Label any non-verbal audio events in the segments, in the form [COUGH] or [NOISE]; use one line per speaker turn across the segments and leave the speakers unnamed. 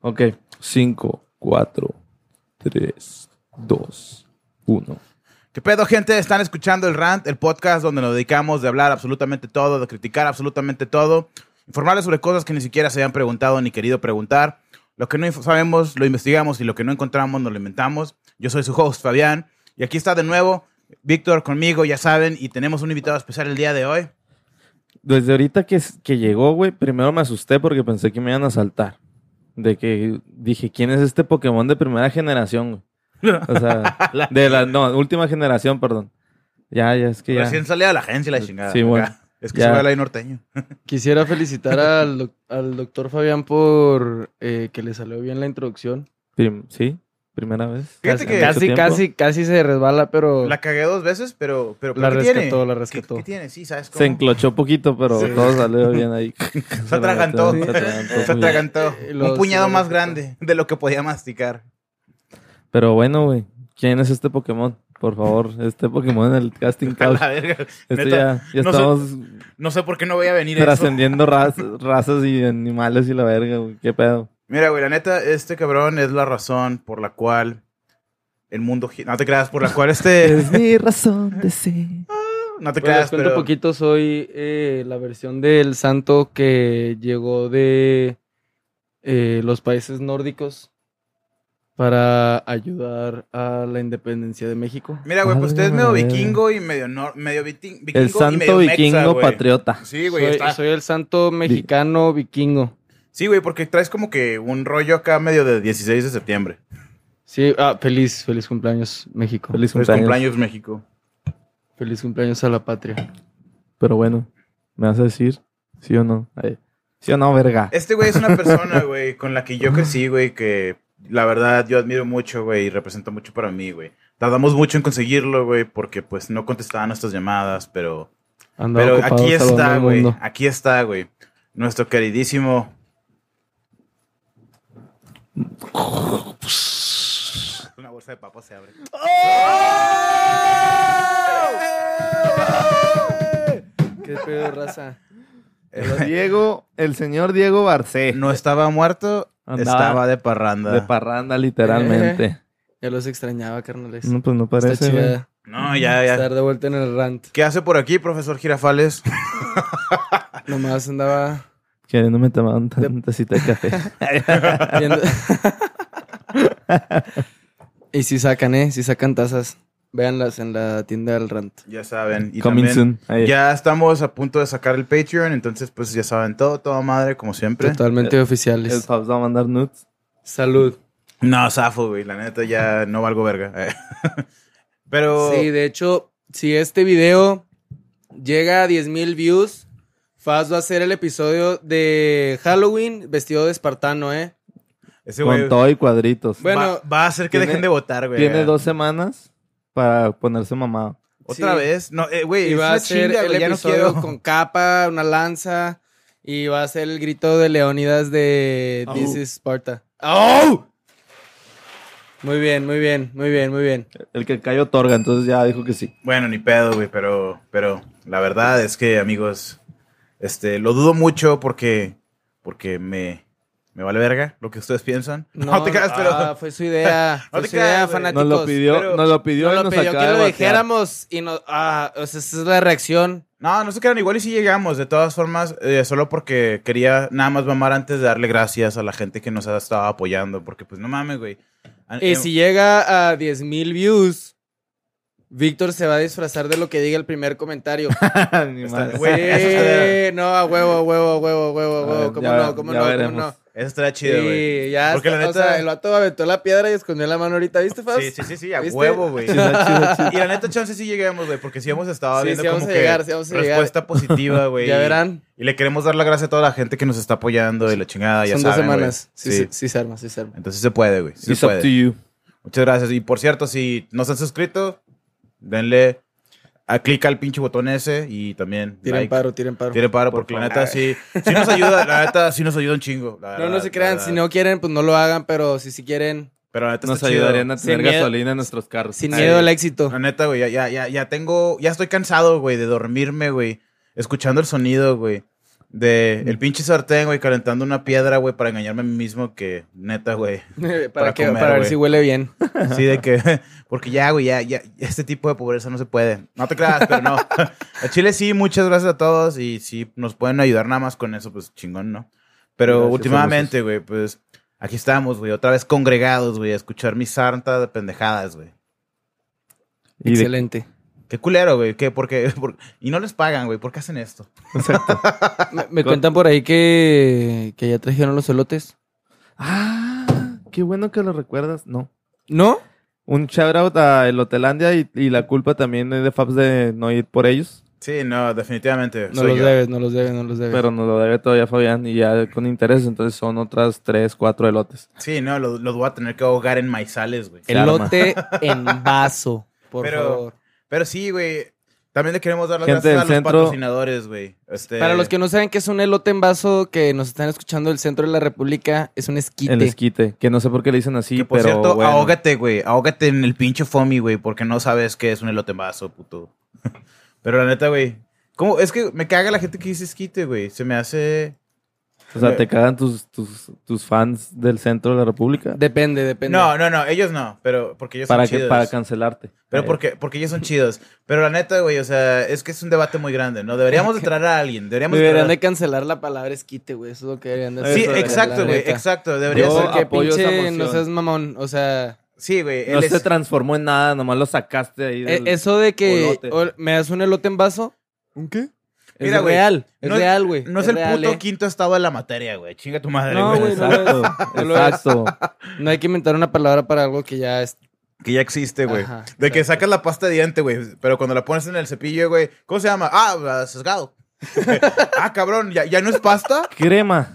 Ok. 5, 4, 3, 2, 1.
¿Qué pedo, gente? Están escuchando el Rant, el podcast donde nos dedicamos de hablar absolutamente todo, de criticar absolutamente todo, informarles sobre cosas que ni siquiera se habían preguntado ni querido preguntar. Lo que no inf- sabemos lo investigamos y lo que no encontramos nos lo inventamos. Yo soy su host, Fabián, y aquí está de nuevo Víctor conmigo, ya saben, y tenemos un invitado especial el día de hoy.
Desde ahorita que, s- que llegó, güey, primero me asusté porque pensé que me iban a saltar. De que dije, ¿quién es este Pokémon de primera generación, güey?
[LAUGHS]
O sea, de la no, última generación, perdón. Ya, ya, es que ya.
Recién salía de la agencia la chingada.
Sí, bueno.
Acá. Es que
Ya.
se ve el ahí norteño.
Quisiera felicitar al, doc- al doctor Fabián por eh, que le salió bien la introducción.
Prim- sí, primera vez.
Fíjate
Casi,
que-
casi,
Mucho
casi, casi se resbala, pero
La cagué dos veces, pero... pero
La
¿qué
rescató,
tiene?
la
¿Qué-
rescató.
¿Qué, tiene? Sí, ¿sabes cómo?
Se enclochó poquito, pero
Sí.
todo salió bien ahí.
[LAUGHS] Se atragantó. [LAUGHS]
Se atragantó
[LAUGHS] Se
muy bien.
atragantó.
Eh,
Un
los-
puñado
los-
más grande de lo que podía masticar.
Pero bueno, güey. ¿Quién es este Pokémon? Por favor, este Pokémon en el casting
[LAUGHS] A
couch.
la verga.
Esto
Neta,
ya, ya
no sé-
estamos
No sé por qué no voy a venir eso.
trascendiendo raz- razas y animales y la verga, güey. ¿Qué pedo?
Mira, güey, la neta, este cabrón es la razón por la cual el mundo... gi- No te creas, por la cual
[LAUGHS]
este...
mi razón de ser.
No te
Bueno, Pues, les
creas,
cuento
pero...
poquito, soy eh, la versión del santo que llegó de eh, los países nórdicos para ayudar a la independencia de México.
Mira, güey, pues
Vale,
usted es medio
vale.
vikingo y medio, nor- medio viking- vikingo
El
y
santo
medio mexa,
vikingo
güey.
patriota.
Sí, güey,
soy,
está-
soy el santo mexicano vikingo.
Sí, güey, porque traes como que un rollo acá medio de 16 de septiembre.
Sí, ah, feliz, feliz cumpleaños México.
Feliz
Feliz
cumpleaños.
cumpleaños, México.
Feliz cumpleaños a la patria.
Pero bueno, ¿me vas a decir sí o no? Ahí. Sí o no, verga.
Este güey es una persona, güey, con la que yo crecí, güey, que la verdad yo admiro mucho, güey, y representa mucho para mí, güey. Tardamos mucho en conseguirlo, güey, porque pues no contestaban nuestras llamadas, pero...
Andaba
Pero
ocupado
aquí
salvando
está,
al
güey,
mundo.
aquí está, güey. Nuestro queridísimo... Una bolsa de papas se abre.
Qué pedo, raza.
[LAUGHS]
Diego, el señor Diego Barcé.
Eh, No estaba muerto,
Andaba
estaba de parranda.
De parranda,
Eh.
literalmente.
Ya los extrañaba, carnales.
No, pues no
Está
parece, güey.
chida
no, ya, ya.
estar de vuelta en el rant.
¿Qué hace por aquí, profesor Girafales?
Nomás andaba
Queriéndome tomar un t- un tacita de café.
viendo... y si sacan, ¿eh? Si sacan tazas. Véanlas en la tienda del rant.
Ya saben. [LAUGHS] Y
[LAUGHS] Coming
también
soon. Ahí.
Ya estamos a punto de sacar el Patreon, entonces pues ya saben todo, toda madre, como siempre.
Totalmente
El
oficiales.
Fabs va a mandar nudes.
Salud.
No, zafo, güey, la neta ya no valgo verga. Eh. [LAUGHS] Pero
Sí, de hecho, si este video llega a 10.000 views, Faz va a hacer el episodio de Halloween vestido de espartano, ¿eh?
ese güey
Con todo y cuadritos.
Bueno,
va, va a hacer que
tiene-
dejen de votar, güey. eh.
Tiene
ya.
dos semanas para ponerse mamado.
¿Otra
Sí.
vez? No, eh, güey,
Y
es
va a
una
ser
chinga,
el
güey, ya no
episodio
quiero.
con capa, una lanza. Y va a ser el grito de Leónidas de This
Au.
is Sparta. Muy bien, muy bien, muy bien, muy bien.
El que cayó otorga, entonces ya dijo que sí.
Bueno, ni pedo, güey, pero, pero la verdad es que, amigos, este, lo dudo mucho porque, porque me, me vale verga lo que ustedes piensan. [LAUGHS] [LAUGHS] No, te creas, pero...
ah, fue su idea.
[LAUGHS] No
fue
te
su idea,
creas, güey.
fanáticos.
Nos lo pidió,
pero-
nos lo pidió
Nos
y
lo
nos
pidió
acaba
que
de
lo
batear.
dijéramos y no, ah, o sea, esa es la reacción.
No, no se crean, igual y si llegamos, de todas formas, eh, solo porque quería nada más mamar antes de darle gracias a la gente que nos ha estado apoyando, porque pues no mames, güey. Ah,
Y
eh,
si llega a 10.000 views, Víctor se va a disfrazar de lo que diga el primer comentario. pues,
[LAUGHS] Ni
Está- [LAUGHS]
madre.
güey, eso está de-
Sí, no, a huevo, a huevo, a huevo, a huevo, a
A
huevo.
ver,
¿Cómo
ya-
no? ¿Cómo
ya
no? ¿Cómo
veremos.
no?
Eso estaría chido, güey.
Sí, ya.
Porque la
está-
neta-
O sea, el vato aventó la piedra y escondió la mano ahorita, ¿viste, Fabs?
Sí, sí, sí, sí, a
¿Viste?
huevo, güey.
Sí, está chido, chido.
Y la neta, chance sí lleguemos, güey, porque sí hemos estado
Sí,
viendo
sí vamos
como
a
que
llegar, sí vamos a llegar. [LAUGHS]
respuesta positiva, güey.
ya verán.
Y le queremos dar la gracia a toda la gente que nos está apoyando y la chingada, Ah, ya
Son dos
saben, güey.
semanas. Sí,
Sí.
sí, sí, se arma, sí se arma.
Entonces se puede, güey. Sí
It's
se
up to
puede.
you.
Muchas gracias. Y por cierto, si no se han suscrito, denle a clic al pinche botón ese y también
Tiren
like.
paro, tiren paro.
Tiren paro, porque la neta sí, sí nos ayuda, la neta sí nos ayuda un chingo. la
No, no
verdad,
se
la
crean,
verdad.
si no quieren, pues no lo hagan, pero si sí quieren,
Pero la neta
Nos
está chido.
ayudarían a
Sin
tener
miedo-
gasolina en nuestros carros.
sin
Ahí.
miedo al éxito.
La neta, güey, ya, ya, ya, ya tengo, ya estoy cansado, güey, de dormirme, güey, escuchando el sonido, güey. De el pinche sartén, güey, calentando una piedra, güey, para engañarme a mí mismo que, neta, güey.
[LAUGHS] para,
Para
que-
comer,
para ver
güey.
si huele [LAUGHS] bien.
Sí, de que, [LAUGHS] porque ya, güey, ya, ya, este tipo de pobreza no se puede. No te creas, pero no. A Chile sí, muchas gracias a todos y si nos pueden ayudar nada más con eso, pues chingón, ¿no? Pero
Gracias,
últimamente, güey, pues aquí estamos, güey, otra vez congregados, güey, a escuchar mis sarta de pendejadas, güey.
Y de-
Excelente.
Qué culero, güey, ¿qué? ¿Por qué? [LAUGHS] ¿Por- Y no les pagan, güey, ¿por qué hacen esto?
Exacto.
Me, [LAUGHS] me cuentan por ahí que, que ya trajeron los elotes.
ah, qué bueno que lo recuerdas. No.
¿No?
Un shout out a Elotelandia y, y la culpa también es de Fabs de no ir por ellos.
Sí, no, definitivamente.
No
soy
los
yo.
debes, no los debes, no los debes.
Pero nos lo debe todavía Fabián y ya con interés. Entonces son otras tres, cuatro elotes.
Sí, no, los los voy a tener que ahogar en maizales, güey.
Eh, se arma.
Elote en
[LAUGHS]
vaso, por
Pero-
favor.
Pero sí, güey, también le queremos dar las
Gente
gracias a los
del centro.
patrocinadores, güey. Este,
Para los que no saben qué es un elote en vaso que nos están escuchando del centro de la República, es un esquite.
El esquite, que no sé por qué le dicen así,
que por
pero
cierto,
bueno.
ahógate, güey. Ahógate en el pinche foamy, güey, porque no sabes qué es un elote en vaso, puto. [LAUGHS] Pero la neta, güey. ¿Cómo? Es que me caga la gente que dice esquite, güey. Se me hace.
O sea, te cagan tus, tus, tus fans del centro de la República
Depende, depende.
No, no, no, ellos no, pero porque ellos
para
son
que
chidos.
para cancelarte.
Pero
Eh,
porque, porque ellos son chidos. Pero la neta, güey, o sea, es que es un debate muy grande, ¿no? Deberíamos de traer a alguien. Deberíamos de
Deberían de
traer
cancelar la palabra esquite, güey. Eso es lo que deberían de
a- Sí,
Eso,
la
exacto, güey,
neta.
exacto. Debería
Debería
Yo
ser que
apoyo esa
pinche
moción.
no seas mamón. O sea,
Sí, güey.
no
él
se
es-
transformó en nada, nomás lo sacaste ahí.
e-
del-
eso de que
Olote.
o- me das un elote en vaso. ¿Un qué? Es
Mira, güey,
real, es
no es-
real, güey.
No es el
real,
puto
eh.
quinto estado de la materia, güey. Chinga tu madre,
No,
güey.
güey, no lo
Exacto,
es. No lo es.
exacto.
No hay que inventar una palabra para algo que ya es. [LAUGHS]
Que ya existe, güey.
Ajá,
De que
exacto.
sacas la pasta de diente, güey. Pero cuando la pones en el cepillo, güey. ¿Cómo se llama? Ah, sesgado. [LAUGHS] ah, cabrón, ¿ya, ya no es pasta.
[LAUGHS]
Crema.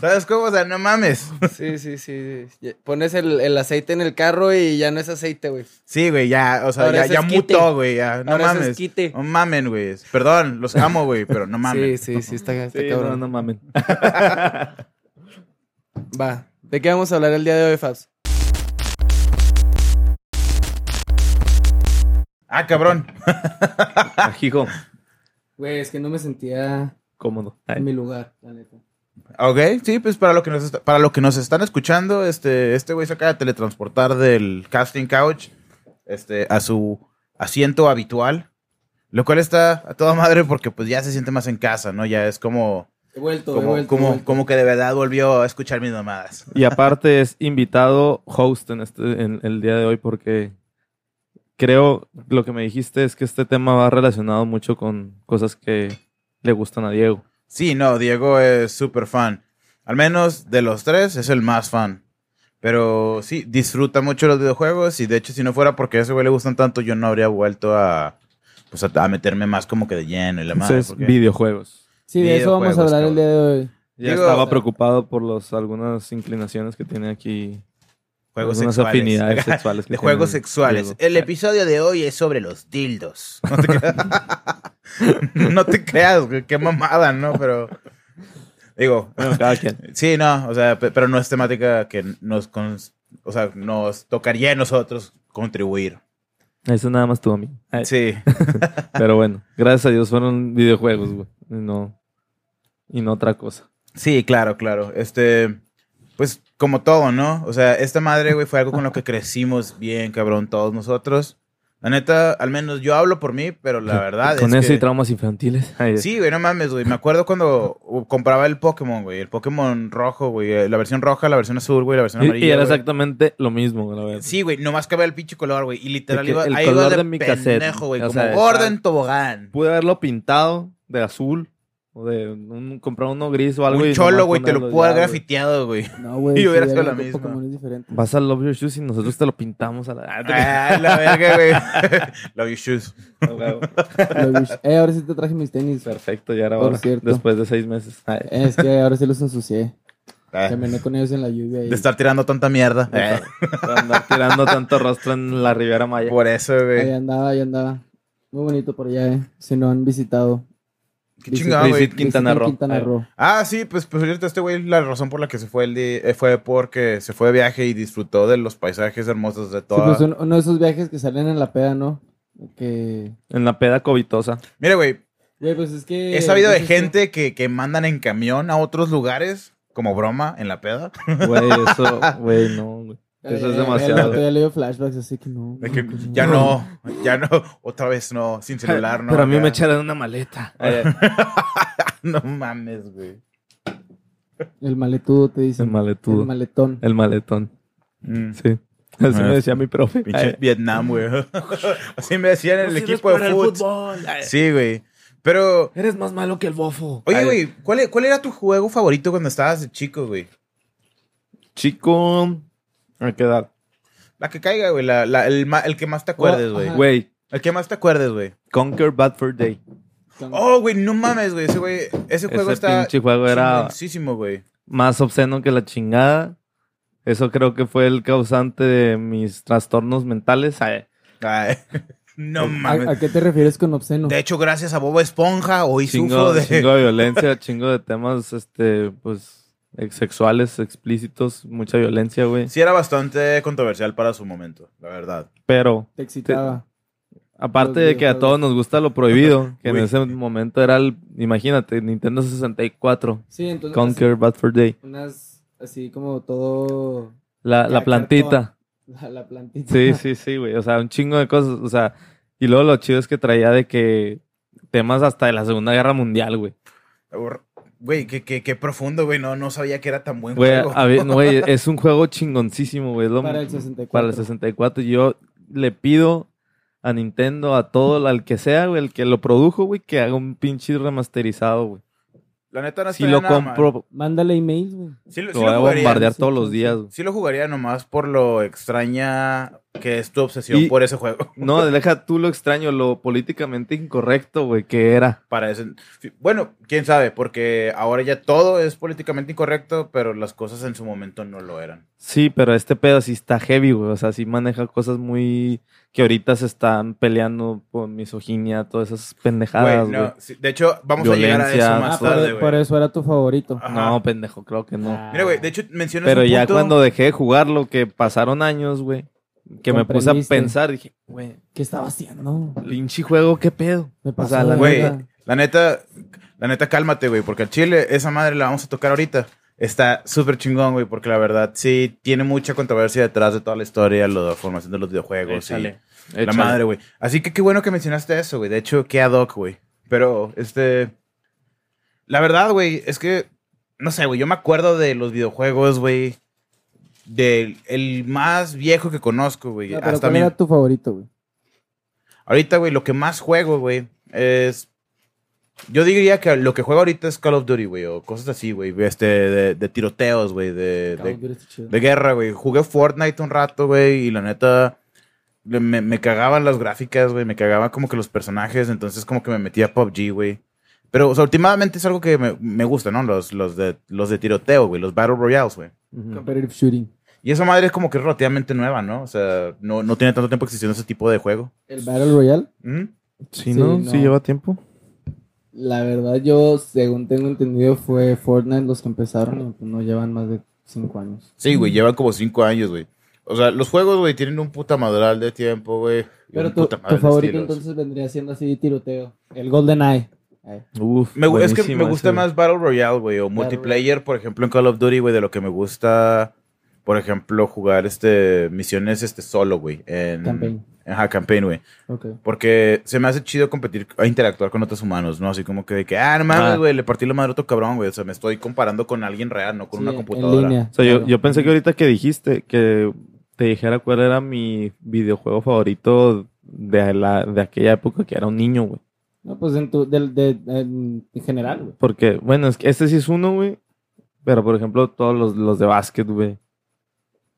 ¿Sabes cómo? O sea, no mames.
Sí, sí, sí. sí. Ya- Pones el, el aceite en el carro y ya no es aceite, güey.
Sí, güey, ya, o sea,
Ahora
ya,
es
ya
esquite.
mutó, güey. Ya, no
Ahora es
mames.
esquite.
No mamen, güey. Perdón, los amo, güey, pero no mamen.
[LAUGHS] Sí, sí, sí, está, está
Sí,
Este
no,
cabrón.
no mamen.
Va. ¿De qué vamos a hablar el día de hoy, Fabs?
Ah, cabrón.
Ajijo,
Güey, es que no me sentía
cómodo. Ay.
mi lugar, la neta.
Ok, sí, pues para lo que nos, est- para lo que nos están escuchando, este, este güey se acaba de teletransportar del casting couch este, a su asiento habitual. Lo cual está a toda madre porque pues ya se siente más en casa, ¿no? Ya es como...
He vuelto, he
como,
vuelto.
como,
he vuelto.
como que de verdad volvió a escuchar mis mamadas.
Y aparte es invitado host en, este, en el día de hoy porque creo lo que me dijiste es que este tema va relacionado mucho con cosas que le gustan a Diego.
Sí, no, Diego es súper fan. Al menos de los tres es el más fan. Pero sí, disfruta mucho los videojuegos y de hecho si no fuera porque a ese güey le gustan tanto, yo no habría vuelto a, pues, a, a meterme más como que de lleno y la madre.
Entonces,
porque-
videojuegos.
Sí, de eso vamos a
videojuegos,
hablar el día de hoy.
Ya
Digo,
estaba preocupado por los, algunas inclinaciones que tiene aquí.
Juegos
algunas
sexuales.
[LAUGHS] afinidades sexuales.
[LAUGHS]
que
De juegos
tiene
sexuales.
Diego.
El episodio de hoy es sobre los dildos. [LAUGHS] No te creas, no te creas güey, qué mamada, ¿no? Pero digo,
Bueno, cada [LAUGHS] quien.
Sí, no, o sea, pe- pero no es temática que nos, cons- o sea, nos tocaría a nosotros contribuir.
Eso nada más tú a mí. Ay,
Sí,
Pero bueno, gracias a Dios fueron videojuegos, güey. Y no, y no otra cosa.
sí, claro, claro. Este, pues como todo, ¿no? O sea, esta madre, güey, fue algo con lo que crecimos bien, cabrón, todos nosotros. La neta, al menos yo hablo por mí, pero
[LAUGHS]
la verdad
Con
es
eso y
que...
traumas infantiles. [LAUGHS] Ay,
Sí, güey, no mames, güey. Me acuerdo cuando uh, compraba el Pokémon, güey. El Pokémon rojo, güey. eh, La versión roja, la versión azul, güey. La versión
Y-
amarilla.
y, era
güey.
exactamente lo mismo, güey, la verdad.
Sí, güey, nomás que el pinche color, güey. Y literal
De que
iba,
el
ahí iba
color
de,
de mi cassette,
pendejo, güey.
o
Como
sea,
gordo
está-
en tobogán.
Pude haberlo pintado de azul o de un, comprar uno gris o algo. y
Un
nomás
cholo, güey, te lo
ponerlo
puedo haber
ya, güey.
grafiteado, güey.
[LAUGHS]
No, güey.
[LAUGHS] Y hubiera
sí,
sido la
hablando de
misma.
Pokémon es diferente.
Vas al Love Your Shoes y nosotros te lo pintamos a la. Ah, te-
Ah, la verga, güey. [LAUGHS] Love your shoes.
Ah, güey.
Lo vi. Eh, ahora sí te traje mis tenis.
Perfecto, ya era
Por
hora.
cierto.
Después de seis meses. Ay.
Es
[LAUGHS]
que ahora sí los ensucié.
Ah,
Caminé con ellos en la lluvia. Y...
De estar tirando tanta mierda. Eh,
Por andar tirando tanto rostro en la Riviera Maya.
por eso,
Ahí
güey.
andaba, ahí andaba. Muy bonito por allá, eh. Si no han visitado.
Qué
Visit-
chingado, güey.
Visit Quintana
visiten
Roo.
Quintana
Ay.
Roo.
Ah, sí, pues, pues ahorita este güey, la razón por la que se fue el di- eh, fue porque se fue de viaje y disfrutó de los paisajes hermosos de
Sí,
toda.
pues, un- uno de esos viajes que salen en la peda, ¿no? Que...
En la peda covitosa.
Mira, güey,
Güey, pues es que.
He sabido de
pues es que-
gente que, que mandan en camión a otros lugares como broma en la peda.
Güey, eso, güey, no, güey. Eso es
Ya, ya, ya,
demasiado.
Ya, ya leo flashbacks, así que no.
De que pues,
no, no.
ya no, ya no, otra vez no, sin celular, no.
Pero a mí
ya.
me echaron una maleta.
[LAUGHS]
Eh,
No mames, güey.
El maletudo te
El
dicen.
maletudo.
El maletón.
El maletón.
Mm.
Sí. Así
Ah.
me decía mi profe. Eh,
Pinche Vietnam, güey. [LAUGHS] Así me decían en Pues el equipo de fútbol. Sí, güey. Pero,
Eh, Eres más malo que el bofo.
oye, güey, ¿cuál, e- ¿cuál era tu juego favorito cuando estabas de chico, güey?
Chico. ¿A qué edad?
La que caiga, güey. La, la- el, ma- el que
Oh,
más te acuerdes, güey.
ajá.
Güey,
El que más te acuerdes, güey.
Conquer Bad Fur Day.
Oh, güey, no mames, güey. Ese, güey, ese juego
Ese
está
pinche juego era
chingoncísimo, güey.
más obsceno que la chingada. Eso creo que fue el causante de mis trastornos mentales. Ay,
Ay, [LAUGHS] no
¿A,
mames.
a qué te refieres con obsceno?
De hecho, gracias a Boba Esponja, hoy sufro
Chingo,
de...
chingo de violencia, [LAUGHS] chingo de temas, este, pues, ex- sexuales, explícitos, mucha violencia, güey.
Sí era bastante controversial para su momento, la verdad.
Pero
Te excitaba.
Aparte
Los
de que a
videojuegos.
todos nos gusta lo prohibido, que en
Güey.
ese momento era el, imagínate, Nintendo 64,
Sí, entonces.
Conquer Bad for Day,
así, unas. Así como todo.
la, la
Ya,
plantita.
La, la plantita.
Sí, sí, sí, güey, o sea, un chingo de cosas, o sea, y luego lo chido es que traía de que temas hasta de la Segunda Guerra Mundial, güey.
Güey, qué, qué, qué profundo, güey. No, no sabía que era tan buen
Güey,
juego.
a ver,
[LAUGHS]
no, güey, es un juego chingoncísimo, güey, es lo-
Para el 64.
para el 64. Yo le pido a Nintendo, a todo, al que sea, güey, el que lo produjo, güey, que haga un pinche remasterizado, güey.
La neta no
Si
estaría
lo
nada mal.
compro,
Mándale emails, güey.
Sí, lo- sí
lo voy
lo
a
jugaría.
bombardear todos los días, güey.
Sí lo jugaría nomás por lo extraña que es tu obsesión
Y-
por ese juego. [LAUGHS]
No, deja tú lo extraño, lo políticamente incorrecto, güey, que era.
Para ese... Bueno, quién sabe, porque ahora ya todo es políticamente incorrecto, pero las cosas en su momento no lo eran.
Sí, pero este pedo sí está heavy, güey. O sea, sí maneja cosas muy. que ahorita se están peleando con misoginia, todas esas pendejadas,
Güey,
güey.
no, sí, de hecho, vamos a llegar a
Violencia,
eso más
Ah, por,
tarde,
por
güey.
eso era tu favorito.
Ah,
no.
ajá.
pendejo, creo que no.
Ah.
Mira, güey, de hecho mencionas
pero
un
ya
punto-
cuando dejé de jugarlo, que pasaron años, güey, que me puse a
Comprendiste.
pensar, dije, güey,
¿Qué estaba haciendo?
pinche juego, qué pedo.
Me
O
pasó ¿eh?
sea, la
de
Güey, eh,
verga.
la neta, la neta, cálmate, güey, porque al chile esa madre la vamos a tocar ahorita. Está súper chingón, güey, porque la verdad sí tiene mucha controversia detrás de toda la historia, lo de la formación de los videojuegos. y
Échale,
la
échale.
madre, güey. Así que qué bueno que mencionaste eso, güey. De hecho, qué ad hoc, güey. Pero, este. La verdad, güey, es que. No sé, güey. Yo me acuerdo de los videojuegos, güey. Del el más viejo que conozco, güey.
No, Ah, pero
Hasta
¿cuál
mi-
era tu favorito, güey?
Ahorita, güey, lo que más juego, güey, es. Yo diría que lo que juego ahorita es Call of Duty, güey, o cosas así, güey, este, de, de tiroteos, güey, de,
Call
de,
of Duty está chido.
de guerra, güey. Jugué Fortnite un rato, güey, y la neta le- me, me cagaban las gráficas, güey, me cagaban como que los personajes, entonces como que me metía a PUBG, güey. Pero, o sea, últimamente es algo que me, me gusta, ¿no? Los, los, de, los de tiroteo, güey, los Battle Royales, güey.
Ujú.
Competitive Shooting.
Y esa madre es como que es relativamente nueva, ¿no? O sea, no, no tiene tanto tiempo existiendo ese tipo de juego.
El Battle Royale.
¿Mm?
Sí,
Sí,
¿no?
no.
Sí, lleva tiempo.
La verdad, yo, según tengo entendido, fue Fortnite los que empezaron y pues, no llevan más de 5 años.
Sí, güey, llevan como cinco años, güey. O sea, los juegos, güey, tienen un puta madral de tiempo, güey. y
Pero
un
tu,
puta
tu
madral de
favorito
estilos.
entonces vendría siendo así tiroteo. El Golden Eye.
eh,
Uf,
Me gu- es que me
buenísimo
gusta
ese,
más Battle Royale, güey, o multiplayer, por ejemplo, en Call of Duty, güey, de lo que me gusta, por ejemplo, jugar este misiones este solo, güey. En,
Campaign.
Ajá, campaign, güey.
Ok.
Porque se me hace chido competir, a interactuar con otros humanos, ¿no? Así como que de que, ah, no
Ah.
mames, güey, le partí la madre a otro cabrón, güey. O sea, me estoy comparando con alguien real, no con
Sí,
una
en
computadora.
línea,
O sea, yo,
claro.
yo pensé que ahorita que dijiste que te dijera cuál era mi videojuego favorito de, la, de aquella época que era un niño, güey.
No, pues en, tu, del de, en, en general, güey.
Porque, bueno, es que este sí es uno, güey. Pero, por ejemplo, todos los, los de básquet, güey.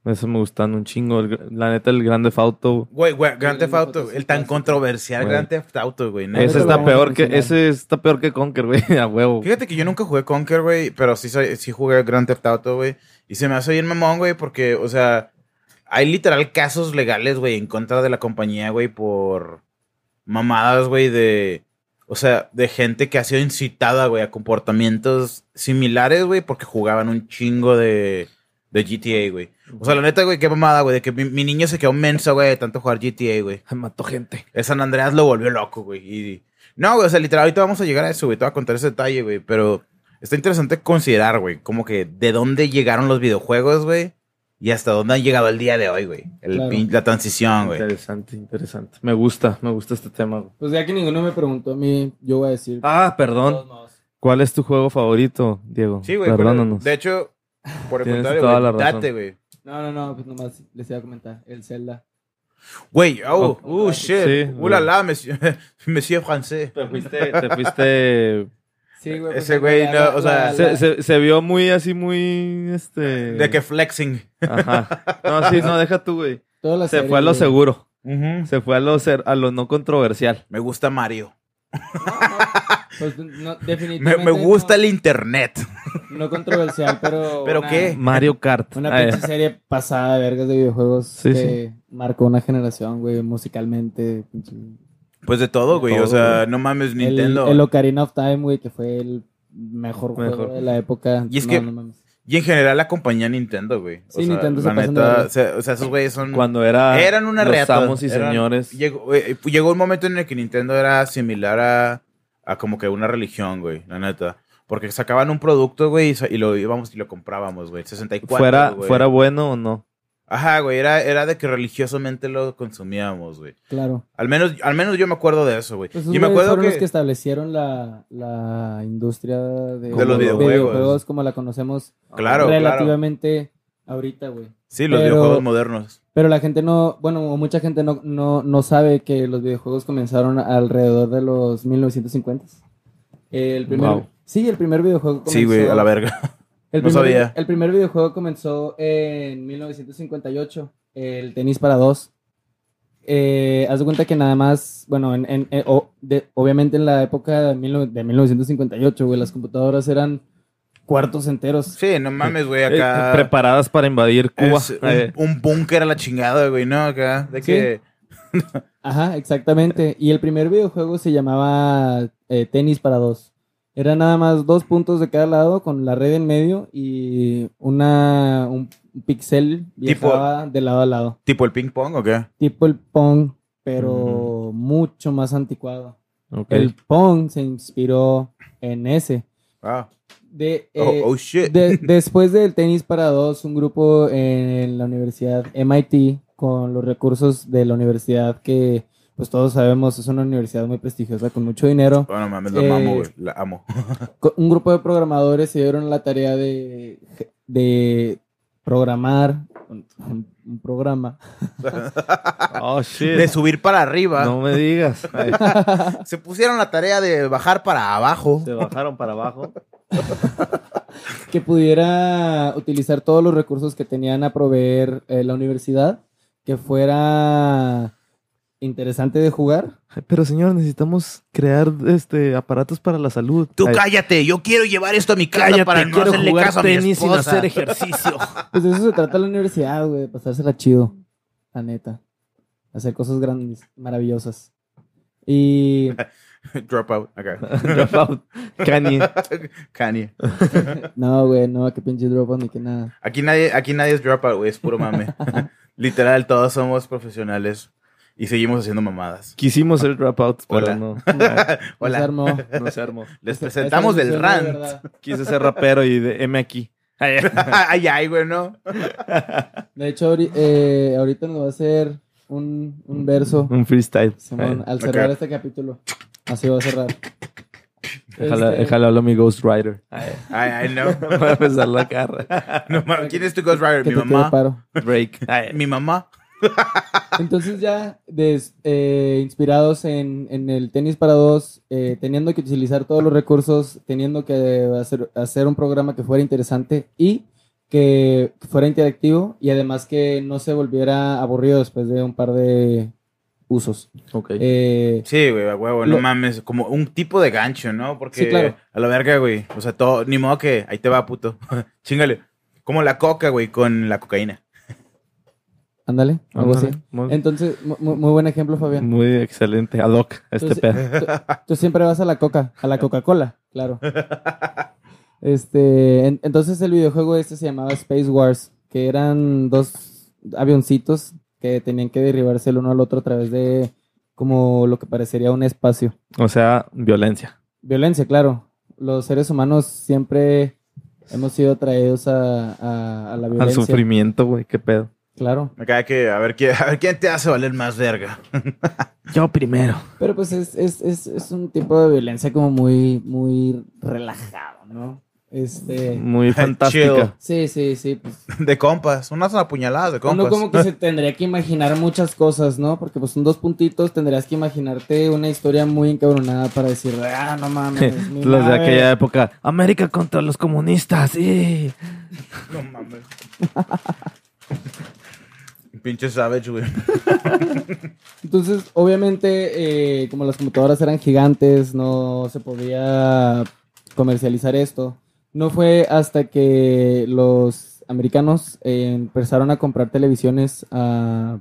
Esos me gustan un chingo. El gr- la neta, el Grande Fauto.
Güey, güey, Grand
Sí,
Theft Auto,
fotos
el tan
clásicas.
controversial
Güey.
Grand Theft Auto, güey.
No,
ese
eso lo
está
vamos a
peor que,
mencionar.
ese está peor que Conker, güey. [LAUGHS] A huevo.
Fíjate que yo nunca jugué Conquer, güey, pero sí, soy- sí jugué Grand Theft Auto, güey. Y se me hace bien mamón, güey, porque, o sea, hay literal casos legales, güey, en contra de la compañía, güey, por mamadas, güey, de... O sea, de gente que ha sido incitada, güey, a comportamientos similares, güey, porque jugaban un chingo de, de GTA, güey. O sea, la neta, güey, qué mamada, güey, de que mi, mi niño se quedó menso, güey, de tanto jugar GTA, güey.
Mató gente.
El San Andreas lo volvió loco, güey. Y No, güey, o sea, literal, ahorita vamos a llegar a eso, güey. Te voy a contar ese detalle, güey. Pero está interesante considerar, güey, como que de dónde llegaron los videojuegos, güey. Y hasta dónde han llegado el día de hoy, güey. El
Claro.
pin- La transición, güey.
Interesante, interesante. Me gusta, me gusta este tema. güey.
Pues ya que ninguno me preguntó a mí, yo voy a decir.
Ah,
de
perdón.
todos modos.
¿Cuál es tu juego favorito, Diego?
Sí, güey. pero
Perdónanos.
De hecho, por el
Tienes
contrario,
toda
güey,
la razón.
date, güey.
No, no, no, pues nomás les iba a comentar. El Zelda.
Güey, oh,
Oh,
oh, shit.
ah, sí,
uh, la, la, monsieur, [LAUGHS] monsieur francés.
Te fuiste, [LAUGHS] te fuiste.
Sí, güey. pues
Ese güey, no, o sea,
se, se- se vio muy así, muy. Este...
De que flexing.
Ajá. No, sí, no, deja
[LAUGHS]
tú, güey.
toda la
Se
serie,
fue a lo
güey.
seguro.
Ujú.
Se fue a lo, ser, a lo no controversial.
Me gusta Mario.
No, no, pues,
[LAUGHS]
no,
Me,
definitivamente
me gusta
no,
el internet.
No controversial, pero.
[LAUGHS] ¿Pero
una-
qué?
Mario Kart. eh,
Una
Ay,
pinche serie pasada de vergas de videojuegos
Ah, Sí,
que marcó una generación, güey, musicalmente. pinche.
Pues de todo, güey.
todo,
o sea,
güey.
no mames,
El,
Nintendo.
el Ocarina of Time, güey, que fue el mejor,
Mejor.
juego de la época.
Y es
No,
que-
no mames.
Y en general la compañía Nintendo, güey. O
Sí, Nintendo se
la
pasan de
neta,
verga.
o, sea, o sea, esos güeyes son...
Cuando era.
eran una
los
reata.
amos y
eran-
señores.
Llegó, güey, llegó un momento en el que Nintendo era similar a, a como que una religión, güey. La neta. Porque sacaban un producto, güey, y sa- y lo íbamos y lo comprábamos, güey. 64,
fuera,
güey.
fuera bueno o no.
Ajá, güey. Era, era de que religiosamente lo consumíamos, güey.
Claro.
Al menos, al menos yo me acuerdo de eso, güey.
Pues esos
yo me
güeyes
acuerdo
fueron
que...
los que establecieron la, la industria de,
los videojuegos.
videojuegos como la conocemos
Claro, claro.
relativamente ahorita, güey.
Sí, los
pero-
videojuegos modernos.
Pero la gente no, bueno, o mucha gente no, no, no sabe que los videojuegos comenzaron alrededor de los 1950s. El primer,
Wow.
Sí, el primer videojuego comenzó.
Sí, güey, a la verga.
El
No
primer,
sabía.
El primer videojuego comenzó en 1958, el tenis para dos. Eh, haz de cuenta que nada más, bueno, en, en- eh, o- de- obviamente en la época de, mil no- de 1958, güey, las computadoras eran cuartos enteros.
Sí, no mames, [LAUGHS] güey,
Eh,
acá.
preparadas para invadir Cuba.
es un-
Eh,
un, búnker a la chingada, güey, ¿no? Acá. De
Sí.
que.
Ajá, exactamente. Y el primer videojuego se llamaba eh, Tenis para dos. Era nada más dos puntos de cada lado con la red en medio y una un pixel
Tipo-
viajaba de lado a lado.
Tipo el ping pong o qué?
tipo el Pong, pero mucho más anticuado.
ok.
[LAUGHS]
El Pong se inspiró en ese.
Ah.
De,
oh,
eh,
oh, shit.
de- después del tenis para dos, un grupo en la universidad MIT, con los recursos de la universidad que, pues todos sabemos, es una universidad muy prestigiosa con mucho dinero.
Oh, no mames, la
eh,
amo, güey. La amo.
co- un grupo de programadores se dieron la tarea de, de programar un- un- un programa
Oh, shit.
Ah, De subir para arriba.
No
[LAUGHS]
me digas. Ay,
Se pusieron la tarea de bajar para abajo.
se bajaron para abajo.
que pudiera utilizar todos los recursos que tenían a proveer eh, la universidad, que fuera interesante de jugar.
Ay, Pero señor, necesitamos crear este aparatos para la salud.
Tú
Ay,
cállate, yo quiero llevar esto a mi casa
cállate,
para no
quiero
hacerle
jugar
caso a mi
tenis y no
esposa. [LAUGHS]
hacer [LAUGHS] ejercicio.
Pues de eso se trata la universidad, güey, de pasársela chido, la neta. Hacer cosas grandes, maravillosas. Y
Drop out. Acá.
Dropout. Kanye.
[LAUGHS] Kanye.
no, güey, no, que pinche drop ni que nada.
Aquí nadie, aquí nadie es dropout, güey. Es puro mame. [LAUGHS] Literal, todos somos profesionales y seguimos haciendo mamadas.
Quisimos ser dropouts, pero
Hola. [LAUGHS]
no.
No se
Hola. [LAUGHS]
armó.
No se armó.
Les
Esa- esa
presentamos
decisión
el
no es
rant.
verdad.
Quise ser rapero y de M aquí. Ay,
[LAUGHS] ay, ay, güey, ¿no?
De hecho, ahori- eh, ahorita nos va a hacer un, un verso.
Un freestyle.
Simón,
Ay,
al cerrar
ok.
este capítulo. Así va a cerrar.
Déjala,
Este,
déjala hablar a mi Ghost Rider. Ay,
Ay, ay, no.
[LAUGHS] Para empezar la cara.
No mames, Ah, ¿Quién es tu Ghost Rider?
que
¿Mi
te quede
mamá?
paro.
Break. Ay,
¿Mi mamá?
Entonces ya, des- eh, inspirados en, en el tenis para dos, eh, teniendo que utilizar todos los recursos, teniendo que hacer, hacer un programa que fuera interesante y que fuera interactivo y además que no se volviera aburrido después de un par de usos.
ok.
Eh,
Sí, güey, a huevo, no
Lo-
mames. Como un tipo de gancho, ¿no? Porque
Sí, claro.
a la verga, güey. O sea, todo, ni modo que ahí te va, puto. [LAUGHS] Chingale. Como la coca, güey, con la cocaína.
ándale, algo así.
Muy,
Entonces, mu- mu- muy buen ejemplo, Fabián.
muy excelente. Ad hoc este
Entonces,
perro.
Tú, tú siempre vas a la coca, a la Coca-Cola,
[LAUGHS]
claro. Este, en- entonces el videojuego este se llamaba Space Wars, que eran dos avioncitos que tenían que derribarse el uno al otro a través de co- como lo que parecería un espacio.
O sea, violencia.
Violencia, claro. Los seres humanos siempre hemos sido atraídos a, a- a la
Al
violencia.
sufrimiento, güey, qué pedo.
Claro.
Me cae que a ver, quién, [LAUGHS] a ver quién te hace valer más verga. [LAUGHS]
Yo primero.
Pero pues es, es, es, es un tipo de violencia como muy, muy relajado, ¿no? Este.
[LAUGHS]
Muy fantástica.
Sí, sí, sí. Pues,
De compas, unas apuñaladas de
uno
compas.
como que se tendría que imaginar muchas cosas, ¿no? Porque pues son dos puntitos, tendrías que imaginarte una historia muy encabronada para decir, ah, no
[LAUGHS]
mames. mi
Los de
madre".
aquella época. América contra los comunistas, sí.
[LAUGHS] No mames. Pinche savage, güey. [LAUGHS]
Entonces, obviamente, eh, como las computadoras eran gigantes, no se podía comercializar esto. No fue hasta que los americanos eh, empezaron a comprar televisiones a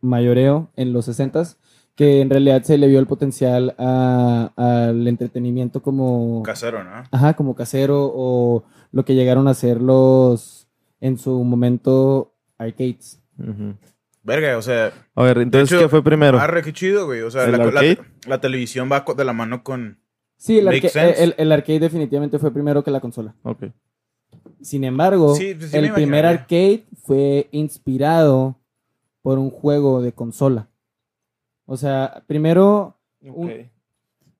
mayoreo en los 60s que en realidad se le vio el potencial a- al entretenimiento como,
Casero, ¿no?
ajá, como casero o lo que llegaron a ser los, en su momento, arcades.
Ujú.
Verga, o sea,
A ver, entonces,
hecho,
¿qué fue primero?
arre, qué chido, güey. O sea,
¿El
la, la-
arcade?
la televisión va co- de la mano con.
Sí, el,
Makes
arca-
sense.
el- el arcade definitivamente fue primero que la consola.
Ok.
Sin embargo,
Sí, pues sí me
el primer
imaginaría.
arcade fue inspirado por un juego de consola. O sea, primero, un-